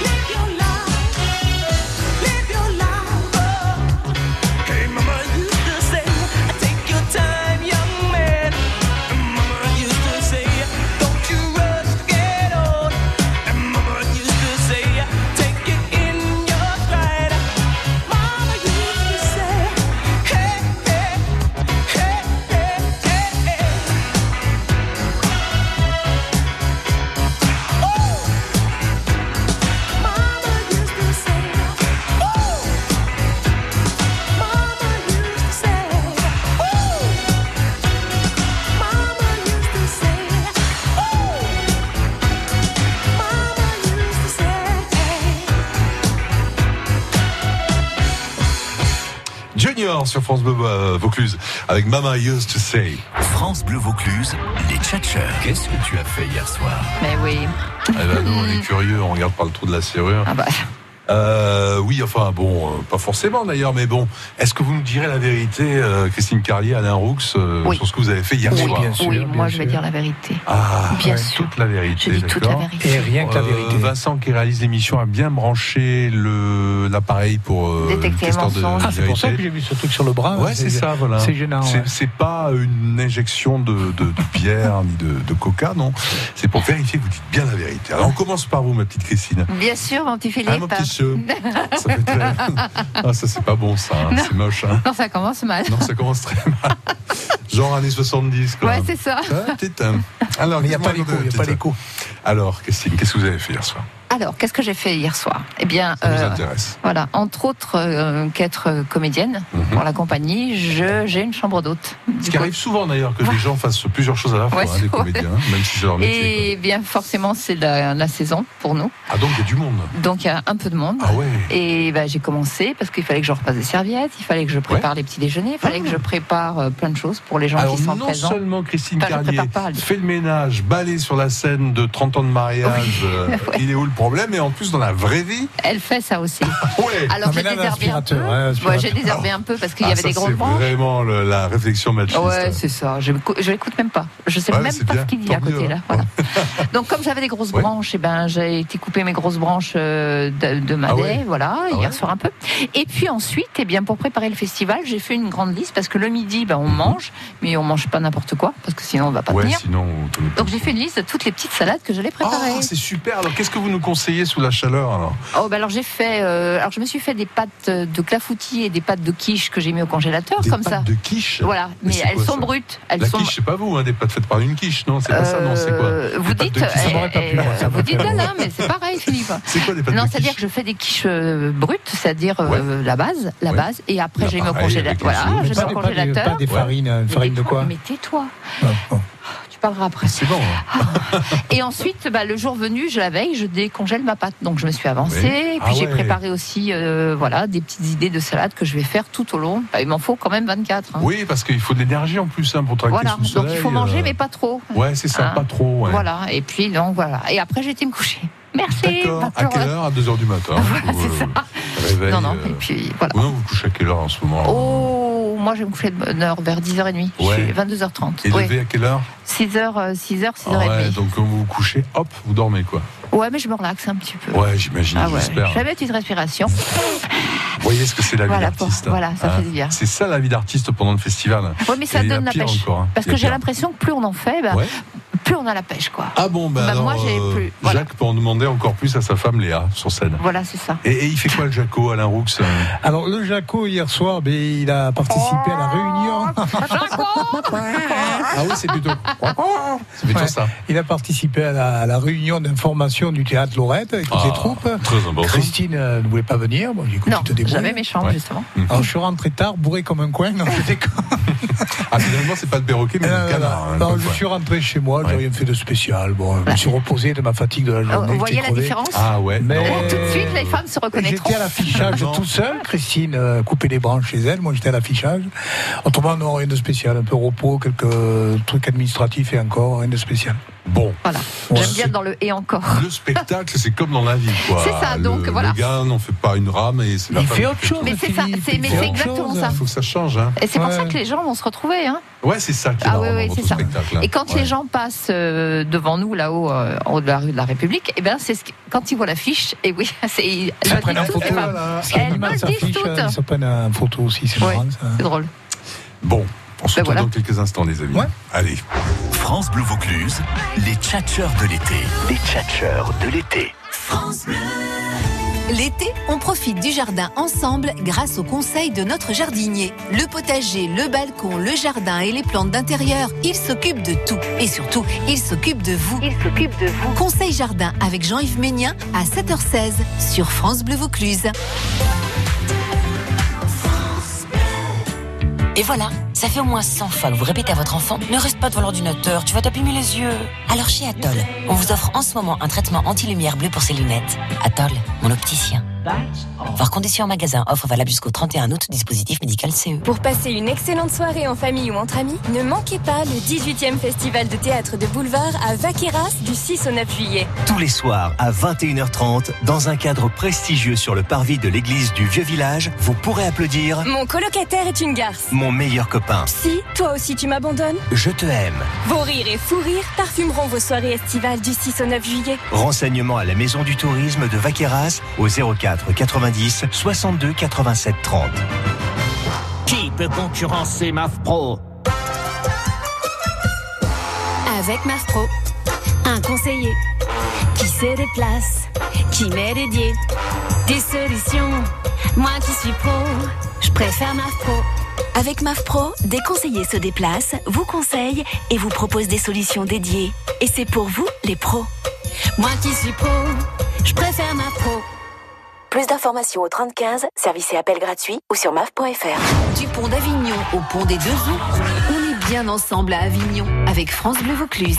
S13: Live your life. Live your life. Oh. Hey, Mama used to say, Take your time, young man. Mama used to say, Don't you rush to get old. Mama used to say, Take it in your stride. Mama used to say, Hey, hey, hey, hey, hey, hey. Oh! oh!
S2: Junior sur France Bleu euh, Vaucluse avec Mama Used to Say.
S1: France Bleu Vaucluse, les tchatcheurs. Qu'est-ce que tu as fait hier soir
S3: Mais oui.
S2: Eh ben nous, on est curieux, on regarde par le trou de la serrure.
S3: Ah bah.
S2: Euh, oui, enfin bon, euh, pas forcément d'ailleurs, mais bon, est-ce que vous nous direz la vérité, euh, Christine Carlier, Alain Roux, euh,
S3: Oui.
S2: sur ce que vous avez fait hier
S3: oui,
S2: soir
S3: bien sûr, oui, moi je vais dire la vérité.
S2: Ah,
S3: Bien
S2: ouais,
S3: sûr.
S2: toute la vérité,
S3: Je dis toute la
S2: d'accord.
S3: vérité. Et rien que la
S2: Euh,
S3: vérité.
S2: Vincent qui réalise l'émission a bien branché le l'appareil pour euh,
S4: Détecter
S2: une
S4: les
S2: histoire de
S4: mensonges. Ah, c'est pour ça
S2: vérité.
S4: que j'ai vu ce truc sur le bras. hein.
S2: Ouais, c'est ça, voilà.
S4: C'est gênant. hein.
S2: C'est
S4: ouais.
S2: c'est pas une injection de, de, de bière ni de, de coca, non. C'est pour vérifier que vous dites bien la vérité. Alors on commence par vous, ma petite Christine.
S3: Bien sûr, mon petit Philippe.
S2: Ah, mon petit chou. Ça fait très-
S3: <laughs>
S2: Ah, ça c'est pas bon, ça. hein.
S3: Non.
S2: C'est moche. hein.
S3: Non, ça commence mal.
S2: Non, ça commence très mal. Genre années 70, quoi.
S3: ouais, c'est ça.
S2: Ah, putain. Alors,
S4: Mais il n'y a
S2: dites-moi
S4: pas l'écho,
S2: de-
S4: il n'y a pas
S2: putain.
S4: l'écho.
S2: Alors, Christine, qu'est-ce que vous avez fait hier soir
S3: alors, qu'est-ce que j'ai fait hier soir Eh bien,
S2: Ça nous intéresse.
S3: voilà, entre autres euh, qu'être comédienne pour la compagnie, je- j'ai une chambre d'hôte.
S2: Mhm. Ce qui arrive souvent d'ailleurs que les gens fassent plusieurs choses à la fois,
S3: Ouais,
S2: hein, les
S3: ouais.
S2: comédiens, hein, même si c'est leur métier.
S3: Et bien, forcément, c'est la, la saison pour nous.
S2: Ah donc il y a du monde.
S3: Donc il y a un peu de monde.
S2: Ah ouais.
S3: Et ben, j'ai commencé parce qu'il fallait que je repasse des serviettes, il fallait que je prépare les petits déjeuners, il fallait que je prépare euh, plein de choses pour les gens
S2: Ah. Alors
S3: qui sont
S2: non
S3: présents.
S2: seulement Christine
S3: Enfin, je
S2: Carlier
S3: prépare pas,
S2: fait le ménage, balai sur la scène de 30 ans de mariage,
S3: <laughs>
S2: euh, il est où le problème Et en plus dans la vraie vie,
S3: Elle fait ça aussi. Alors
S2: Ah. Non, mais
S3: j'ai
S2: là,
S3: désherbé un peu.
S2: l'aspirateur, hein, l'aspirateur.
S3: Ouais, j'ai désherbé un peu parce qu'il y
S2: Ah,
S3: avait
S2: ça,
S3: des
S2: c'est
S3: grosses branches.
S2: vraiment le- la réflexion machiste.
S3: Ouais, c'est ça. Je, m'écou- je l'écoute même pas. Je sais
S2: Ouais,
S3: même
S2: c'est
S3: pas
S2: bien.
S3: ce qu'il dit à
S2: Tant mieux,
S3: côté là.
S2: hein.
S3: Voilà. <laughs> Donc comme j'avais des grosses branches, et ben j'ai été couper mes grosses branches euh, de, de ma
S16: Ah
S3: baie,
S16: ouais.
S3: voilà,
S16: Ah
S3: hier
S16: ouais.
S3: soir un peu. Et puis ensuite, et bien pour préparer le festival, j'ai fait une grande liste parce que le midi, ben on mange, mais on mange pas n'importe quoi parce que sinon on va pas
S2: Ouais,
S3: tenir.
S2: sinon.
S3: Donc j'ai fait une liste de toutes les petites salades que j'allais préparer.
S2: Ah, c'est super. Alors qu'est-ce que vous nous conseillez sous la chaleur alors
S3: Oh bah alors j'ai fait, euh, alors je me suis fait des pâtes de clafoutis et des pâtes de quiche que j'ai mis au congélateur
S2: Des
S3: comme
S2: pâtes
S3: ça.
S2: de quiche.
S3: Voilà, mais,
S2: c'est
S3: elles
S2: quoi,
S3: sont
S2: ça
S3: brutes, elles
S2: la
S3: sont.
S2: quiche, c'est pas vous, hein, des pâtes faites par une quiche, non C'est pas ça, non C'est
S3: Euh,
S2: quoi
S3: Vous
S2: Des pâtes
S3: dites,
S2: de quiche, ça
S3: eh,
S2: m'aurait pas
S3: eh,
S2: plu, moi, ça
S3: vous
S2: m'aurait
S3: dites
S2: pas
S3: là,
S2: plu.
S3: là, mais c'est pareil, Philippe.
S2: C'est quoi des <laughs> pâtes
S3: Non,
S2: de
S3: c'est-à-dire
S2: quiche
S3: que je fais des quiches euh, brutes, c'est-à-dire euh, la base, la
S4: Ouais.
S3: base, et après
S4: Là,
S3: j'ai mis au
S4: pareil,
S3: congélateur.
S4: avec
S3: Voilà,
S4: les
S3: je
S4: œufs.
S3: mets
S4: Mais pas
S3: au
S4: des- pas des-
S3: congélateur.
S4: pas des farines, euh,
S3: Mais
S4: farine de
S3: tais-toi,
S4: quoi
S3: Mais tais-toi. Oh, Tu parleras après.
S2: Ah,
S3: Ah.
S2: C'est bon. hein.
S3: Et ensuite, bah, le jour venu, je la veille, je décongèle ma pâte. Donc je me suis avancée,
S2: Oui.
S3: et puis
S2: Ah
S3: j'ai
S2: ouais.
S3: préparé aussi euh, voilà, des petites idées de salade que je vais faire tout au long. Bah, il m'en faut quand même 24. hein.
S2: Oui, parce qu'il faut de l'énergie en plus hein, pour traquer
S3: Voilà,
S2: sous le
S3: donc
S2: soleil,
S3: il faut manger,
S2: euh,
S3: mais pas trop.
S2: Ouais, c'est ça,
S3: Hein.
S2: pas trop. ouais.
S3: Voilà, et puis donc voilà. Et après, j'ai été me coucher. Merci.
S2: D'accord.
S3: pas hein.
S2: À
S3: de
S2: quelle heure À 2h du matin. Ou, euh, réveil,
S3: Non, non,
S2: euh,
S3: et puis voilà.
S2: ou non, vous vous couchez à quelle heure en ce moment
S3: Oh, moi je vais me coucher de bonne heure vers 10h30. Je
S2: Ouais.
S3: suis 22h30.
S2: Et
S3: Ouais.
S2: levé à quelle heure
S3: 6h, euh, 6h,
S2: Ah
S3: 6h30.
S2: ouais, Donc quand vous vous couchez, hop, vous dormez quoi.
S3: Ouais, mais je me relaxe un petit peu.
S2: Ouais, j'imagine,
S3: Ah ouais.
S2: j'espère.
S3: Je fais mes petites respirations.
S2: Vous voyez ce que c'est la vie
S3: Voilà,
S2: d'artiste. hein. Ah,
S3: pour- voilà, ça fait du bien.
S2: C'est ça la vie d'artiste pendant le festival.
S3: Ouais, mais ça
S2: Et il y a
S3: donne la
S2: pire
S3: pêche.
S2: encore, hein.
S3: Parce
S2: Il y a
S3: que j'ai
S2: pire.
S3: l'impression que plus on en fait, bah,
S2: Ouais.
S3: plus on a la pêche, quoi.
S2: Ah bon, ben
S3: Bah,
S2: alors,
S3: moi, j'ai
S2: euh,
S3: plus. Voilà.
S2: Jacques peut en demander encore plus à sa femme Léa sur scène.
S3: Voilà, c'est ça.
S2: Et, et il fait quoi le Jaco, Alain Roux euh
S4: Alors le Jaco hier soir, ben, il a participé à la réunion.
S3: Oh,
S2: Ah oui, c'est plutôt, c'est plutôt ça.
S4: Il a participé à la, à la réunion d'information du théâtre Lorette avec toutes
S2: Ah,
S4: les troupes.
S2: très important.
S4: Christine euh, ne voulait pas venir. Bon, j'ai dit, écoute,
S3: Non,
S4: tu te débrouilles.
S3: j'avais mes chambres, justement.
S4: Alors je suis rentré tard, bourré comme un coin. Non, j'étais con.
S2: Ah finalement, c'est pas le perroquet, mais le canard. hein,
S4: Euh, Non,
S2: comme
S4: je
S2: quoi.
S4: suis rentré chez moi, j'ai rien fait de spécial. Bon, je me suis reposé de ma fatigue de la journée.
S3: Oh, vous voyez
S4: j'étais
S3: la
S4: crevé.
S3: différence Eh,
S2: Ah ouais.
S4: Mais-
S3: Tout de suite, les femmes se reconnaîtront.
S4: J'étais à l'affichage tout seul. Christine euh, coupait les branches chez elle. Moi, j'étais à l'affichage. Autrement, non, rien de spécial. Un peu repos, quelques trucs administratifs et encore, rien de spécial.
S2: Bon.
S3: Voilà. J'aime bien dans le et encore.
S2: Le spectacle, c'est comme dans la vie, quoi.
S3: C'est ça,
S2: Le-
S3: donc, voilà.
S2: Le gars n'en fait pas une rame et c'est la femme qui fait
S3: Mais c'est ça, c'est mais c'est exactement ça.
S2: Il faut que ça change. Hein.
S3: Et c'est pour
S2: Ouais.
S3: ça que les gens vont se retrouver. Hein.
S2: Ouais, c'est ça qui est
S3: Ah oui,
S2: marrant
S3: oui,
S2: dans
S3: c'est
S2: votre
S3: ça.
S2: spectacle. hein.
S3: Et quand
S2: Ouais.
S3: les gens passent euh, devant nous, là-haut, euh, en haut de la rue de la République, et ben c'est ce qui- quand ils voient l'affiche, et oui, <laughs> c'est. Ils
S4: Ils
S3: me
S4: se prennent en
S3: disent toutes,
S4: photo.
S3: les femmes. Elles me
S4: Ça
S3: disent
S4: affiche, euh, Ils se
S3: toutes.
S4: prennent en photo aussi, c'est marrant, ça.
S3: C'est drôle.
S2: Bon, on se
S3: Ben
S2: retrouve
S3: voilà.
S2: dans quelques instants, les amis. Allez.
S1: France Bleu Vaucluse, les tchatcheurs de l'été. Les tchatcheurs de l'été.
S11: L'été, on profite du jardin ensemble grâce au conseil de notre jardinier. Le potager, le balcon, le jardin et les plantes d'intérieur, il s'occupe de tout. Et surtout, il s'occupe de vous. Il s'occupe de vous. Conseil jardin avec Jean-Yves Ménien à 7h16 sur France Bleu Vaucluse.
S17: Et voilà, ça fait au moins 100 fois que vous répétez à votre enfant Ne reste pas devant l'ordinateur, tu vas t'abîmer les yeux. Alors chez Atoll, on vous offre en ce moment un traitement anti-lumière bleue pour ses lunettes. Atoll, mon opticien. Voir condition en magasin, offre valable jusqu'au 31 août, dispositif médical CE.
S18: Pour passer une excellente soirée en famille ou entre amis, ne manquez pas le 18e Festival de théâtre de boulevard à Vaqueras du 6 au 9 juillet.
S19: Tous les soirs à 21h30, dans un cadre prestigieux sur le parvis de l'église du Vieux Village, vous pourrez applaudir
S18: Mon colocataire est une garce.
S19: mon meilleur copain.
S18: Si, toi aussi tu m'abandonnes
S19: Je te aime.
S18: Vos rires et fous rires parfumeront vos soirées estivales du 6 au 9 juillet.
S19: Renseignements à la Maison du Tourisme de Vaqueras au 04 90 62 87 30.
S20: Qui peut concurrencer MAF Pro
S21: Avec Mafpro, un conseiller qui se déplace, qui m'est dédié. Des solutions, moi qui suis pro, je préfère Mafpro.
S9: Avec MAFPRO, des conseillers se déplacent, vous conseillent et vous proposent des solutions dédiées. Et c'est pour vous, les pros.
S21: Moi qui suis pro, je préfère ma pro.
S9: Plus d'informations au 35, service et appel gratuit ou sur maf.fr.
S11: Du pont d'Avignon au pont des Deux Ours, on est bien ensemble à Avignon avec France Bleu Vaucluse.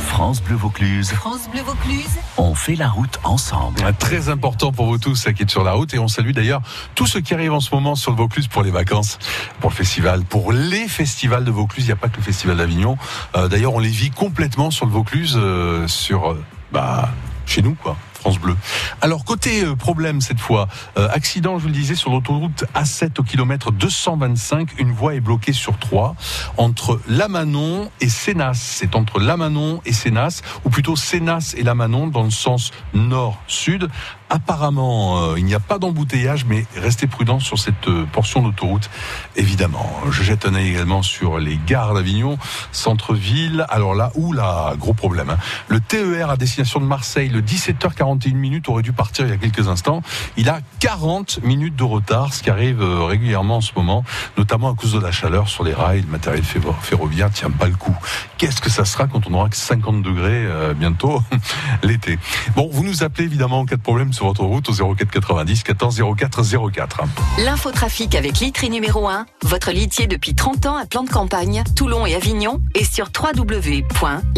S1: France Bleu Vaucluse.
S11: France Bleu Vaucluse.
S1: On fait la route ensemble.
S2: Ah, Très important pour vous tous, ça qui est sur la route. Et on salue d'ailleurs tous ceux qui arrivent en ce moment sur le Vaucluse pour les vacances, pour le festival, pour les festivals de Vaucluse. Il n'y a pas que le festival d'Avignon. Euh, d'ailleurs, on les vit complètement sur le Vaucluse, euh, sur, euh, bah, chez nous, quoi. France Bleu. Alors, côté euh, problème cette fois, euh, accident, je vous le disais, sur l'autoroute A7 au kilomètre 225, une voie est bloquée sur trois entre Lamanon et Sénas. C'est entre Lamanon et Sénas, ou plutôt Sénas et Lamanon dans le sens nord-sud. Apparemment, euh, il n'y a pas d'embouteillage, mais restez prudents sur cette euh, portion d'autoroute, évidemment. Je jette un œil également sur les gares d'Avignon, centre-ville. Alors là, oula, gros problème. hein. Le TER à destination de Marseille, le 17h41 minutes, aurait dû partir il y a quelques instants. Il a 40 minutes de retard, ce qui arrive euh, régulièrement en ce moment, notamment à cause de la chaleur sur les rails. Le matériel ferro- ferroviaire tient pas le coup. Qu'est-ce que ça sera quand on aura que 50 degrés euh, bientôt <laughs> l'été Bon, vous nous appelez évidemment en cas de problème sur votre route au 04 90 14 04 04.
S9: L'infotrafic avec Litry numéro 1, votre litier depuis 30 ans à plan de campagne, Toulon et Avignon, et sur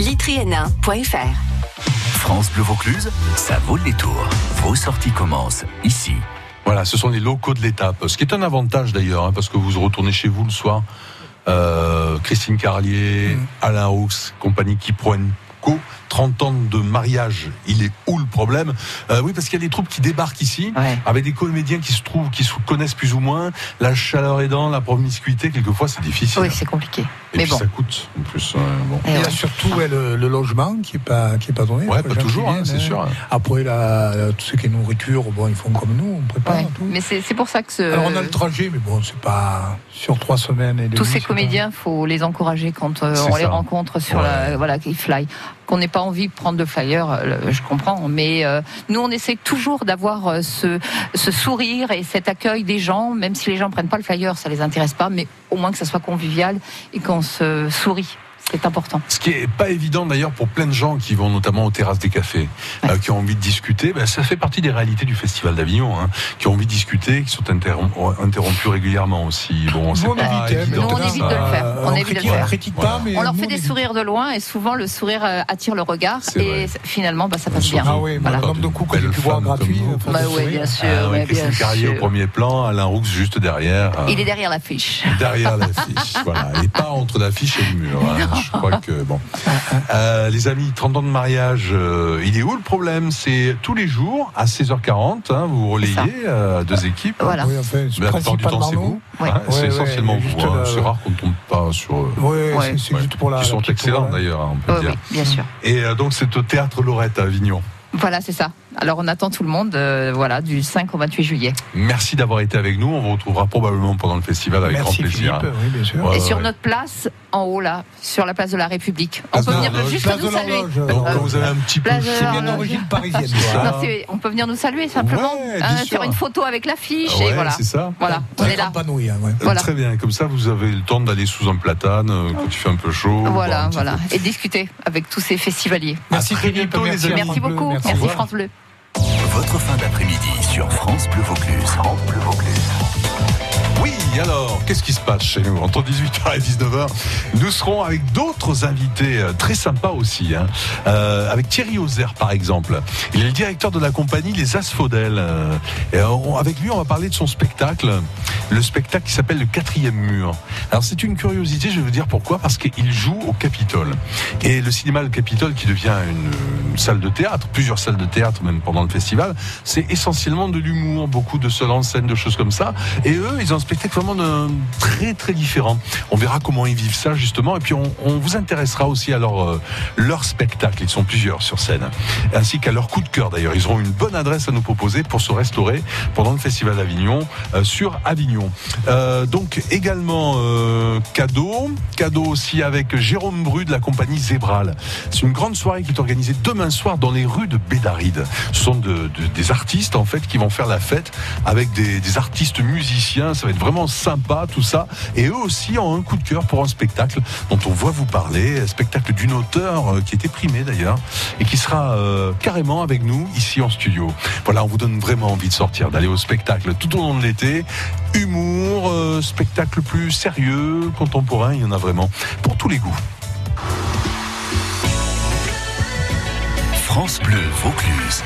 S9: www.litryn1.fr.
S1: France Bleu Vaucluse, ça vaut le détour. Vos sorties commencent ici.
S2: Voilà, ce sont les locaux de l'étape, ce qui est un avantage d'ailleurs, hein, parce que vous retournez chez vous le soir. Euh, Christine Carlier, Alain Roux, compagnie Kiproenco, 30 ans de mariage, il est où le problème Euh, Oui, parce qu'il y a des troupes qui débarquent ici, avec des comédiens qui se trouvent, qui se connaissent plus ou moins, la chaleur aidant, la promiscuité, quelquefois c'est difficile.
S3: Oui, c'est compliqué.
S2: Et
S3: Mais
S2: puis
S3: bon.
S2: ça coûte, en plus. euh, bon.
S4: Il y a surtout ouais, le, le logement qui n'est pas, qui est pas donné.
S2: Ouais, pas
S4: pour les gens qui
S2: toujours, hein,
S4: viennent,
S2: c'est sûr, hein.
S4: Après, la, la- tout ce qui est nourriture, bon, ils font comme nous, on prépare.
S3: Ouais. Mais c'est c'est pour ça que ce-
S4: Alors, on a le trajet, mais bon, c'est pas sur trois semaines et
S3: tous
S4: demie,
S3: ces
S4: c'est-
S3: comédiens, faut les encourager quand euh,
S4: C'est
S3: on les
S4: ça.
S3: rencontre sur la, voilà qu'ils fly. Qu'on n'ait pas envie de prendre de flyer, euh, je comprends. Mais euh, nous, on essaie toujours d'avoir euh, ce, ce sourire et cet accueil des gens, même si les gens prennent pas le flyer, ça les intéresse pas, mais au moins que ça soit convivial et qu'on se sourit. C'est important.
S2: Ce qui est pas évident d'ailleurs pour plein de gens qui vont notamment aux terrasses des cafés, euh, qui ont envie de discuter. Ben, ça fait partie des réalités du Festival d'Avignon, hein, qui ont envie de discuter, qui sont interrom- interrompus régulièrement aussi. Bon, c'est
S4: on
S2: pas
S4: évite, hein,
S2: évident.
S4: Nous, on évite
S3: de le faire. On évite de le
S2: critique-
S3: faire.
S4: critique
S2: Voilà.
S3: on leur fait des sourires de loin et souvent le sourire euh, attire le regard
S2: C'est
S3: et c- finalement bah, ça passe bien.
S2: Ah oui,
S3: Voilà.
S2: le nombre de coups que j'ai pu voir gratuits.
S3: Bah ouais, bien sûr, ouais,
S2: Ah, Christine
S3: bien
S2: Carrier au
S3: sûr.
S2: premier plan, Alain Roux juste derrière. euh,
S3: Il est derrière l'affiche.
S2: derrière l'affiche.
S4: <laughs>
S2: voilà. Et pas entre l'affiche et le mur. hein. Je crois que, bon. Euh, les amis, 30 ans de mariage, euh, il est où le problème C'est tous les jours, à 16h40, hein, vous relayez euh, deux équipes.
S4: Voilà. Oui, enfin, c'est
S2: Mais la plupart du temps,
S4: principalement
S2: c'est vous.
S4: nous. Ouais.
S2: Hein, c'est
S4: Ouais, ouais,
S2: essentiellement
S4: juste
S2: vous. hein.
S4: la-
S2: C'est rare qu'on ne tombe pas sur. euh,
S4: Ouais, c'est- c'est juste pour la-
S2: Qui
S4: la
S2: sont
S4: petite
S2: excellents
S4: tour, là.
S2: d'ailleurs, hein, on peut
S3: Ouais,
S2: dire.
S3: oui, bien sûr.
S2: Et euh, donc, c'est au théâtre Lorette à Avignon.
S3: Voilà, c'est ça. Alors on attend tout le monde, euh, voilà, du 5 au 28 juillet.
S2: Merci d'avoir été avec nous. On vous retrouvera probablement pendant le festival avec
S4: Merci,
S2: grand plaisir.
S4: Philippe. Oui, bien sûr.
S2: Ouais,
S3: Et
S2: ouais,
S3: sur
S2: ouais.
S3: notre place, en haut là, sur la place de la République. On peut venir juste nous saluer. Euh,
S2: Donc,
S4: Euh,
S2: quand vous avez un petit peu.
S3: Place de
S2: euh, C'est bien
S3: l'horloge.
S2: d'origine parisienne, quoi.
S3: Non, c'est- on peut venir nous saluer simplement,
S2: Ah. Ouais,
S3: hein,
S2: bien sûr. Ah
S3: faire une photo avec l'affiche
S2: Ouais,
S3: et voilà.
S2: c'est ça.
S3: Voilà, on est là.
S2: Euh,
S3: Voilà.
S2: Très bien, comme ça vous avez le temps d'aller sous un platane euh, quand il fait un peu chaud. boire
S3: Voilà,
S2: un petit
S3: voilà.
S2: coup.
S3: Et discuter avec tous ces festivaliers.
S2: Merci À très Philippe, bientôt, les merci amis. à
S3: Merci
S2: France
S3: beaucoup.
S2: Bleu, merci.
S3: Merci
S2: Au revoir.
S3: France Bleu.
S1: Votre fin d'après-midi sur France Bleu Vaucluse. France Bleu Vaucluse.
S2: Oui, alors, qu'est-ce qui se passe chez nous Entre 18h et 19h, nous serons avec d'autres invités euh, très sympas aussi. hein. Euh, avec Thierry Ozer, par exemple. Il est le directeur de la compagnie Les Asphodèles. Euh, et on- avec lui, on va parler de son spectacle. Le spectacle qui s'appelle Le Quatrième Mur. Alors, c'est une curiosité, je vais vous dire pourquoi. Parce qu'il joue au Capitole. Et le cinéma Le Capitole, qui devient une, une salle de théâtre, plusieurs salles de théâtre même pendant le festival, c'est essentiellement de l'humour, beaucoup de seul en scène, de choses comme ça. Et eux, ils ont un spectacle vraiment d'un- très très différent. On verra comment ils vivent ça justement, et puis on, on vous intéressera aussi à leur, euh, leur spectacle. Ils sont plusieurs sur scène, ainsi qu'à leur coup de cœur d'ailleurs. Ils auront une bonne adresse à nous proposer pour se restaurer pendant le festival d'Avignon euh, sur Avignon. Euh, donc également euh, cadeau, cadeau aussi avec Jérôme Bru de la compagnie Zébral. C'est une grande soirée qui est organisée demain soir dans les rues de Bédaride. Ce sont de- de- des artistes en fait qui vont faire la fête avec des, des artistes musiciens. Ça va être vraiment sympas, tout ça. Et eux aussi ont un coup de cœur pour un spectacle dont on voit vous parler, un spectacle d'une auteure euh, qui était primée d'ailleurs, et qui sera euh, carrément avec nous ici en studio. Voilà, on vous donne vraiment envie de sortir, d'aller au spectacle tout au long de l'été. Humour, euh, spectacle plus sérieux, contemporain, il y en a vraiment pour tous les goûts.
S1: France Bleu Vaucluse.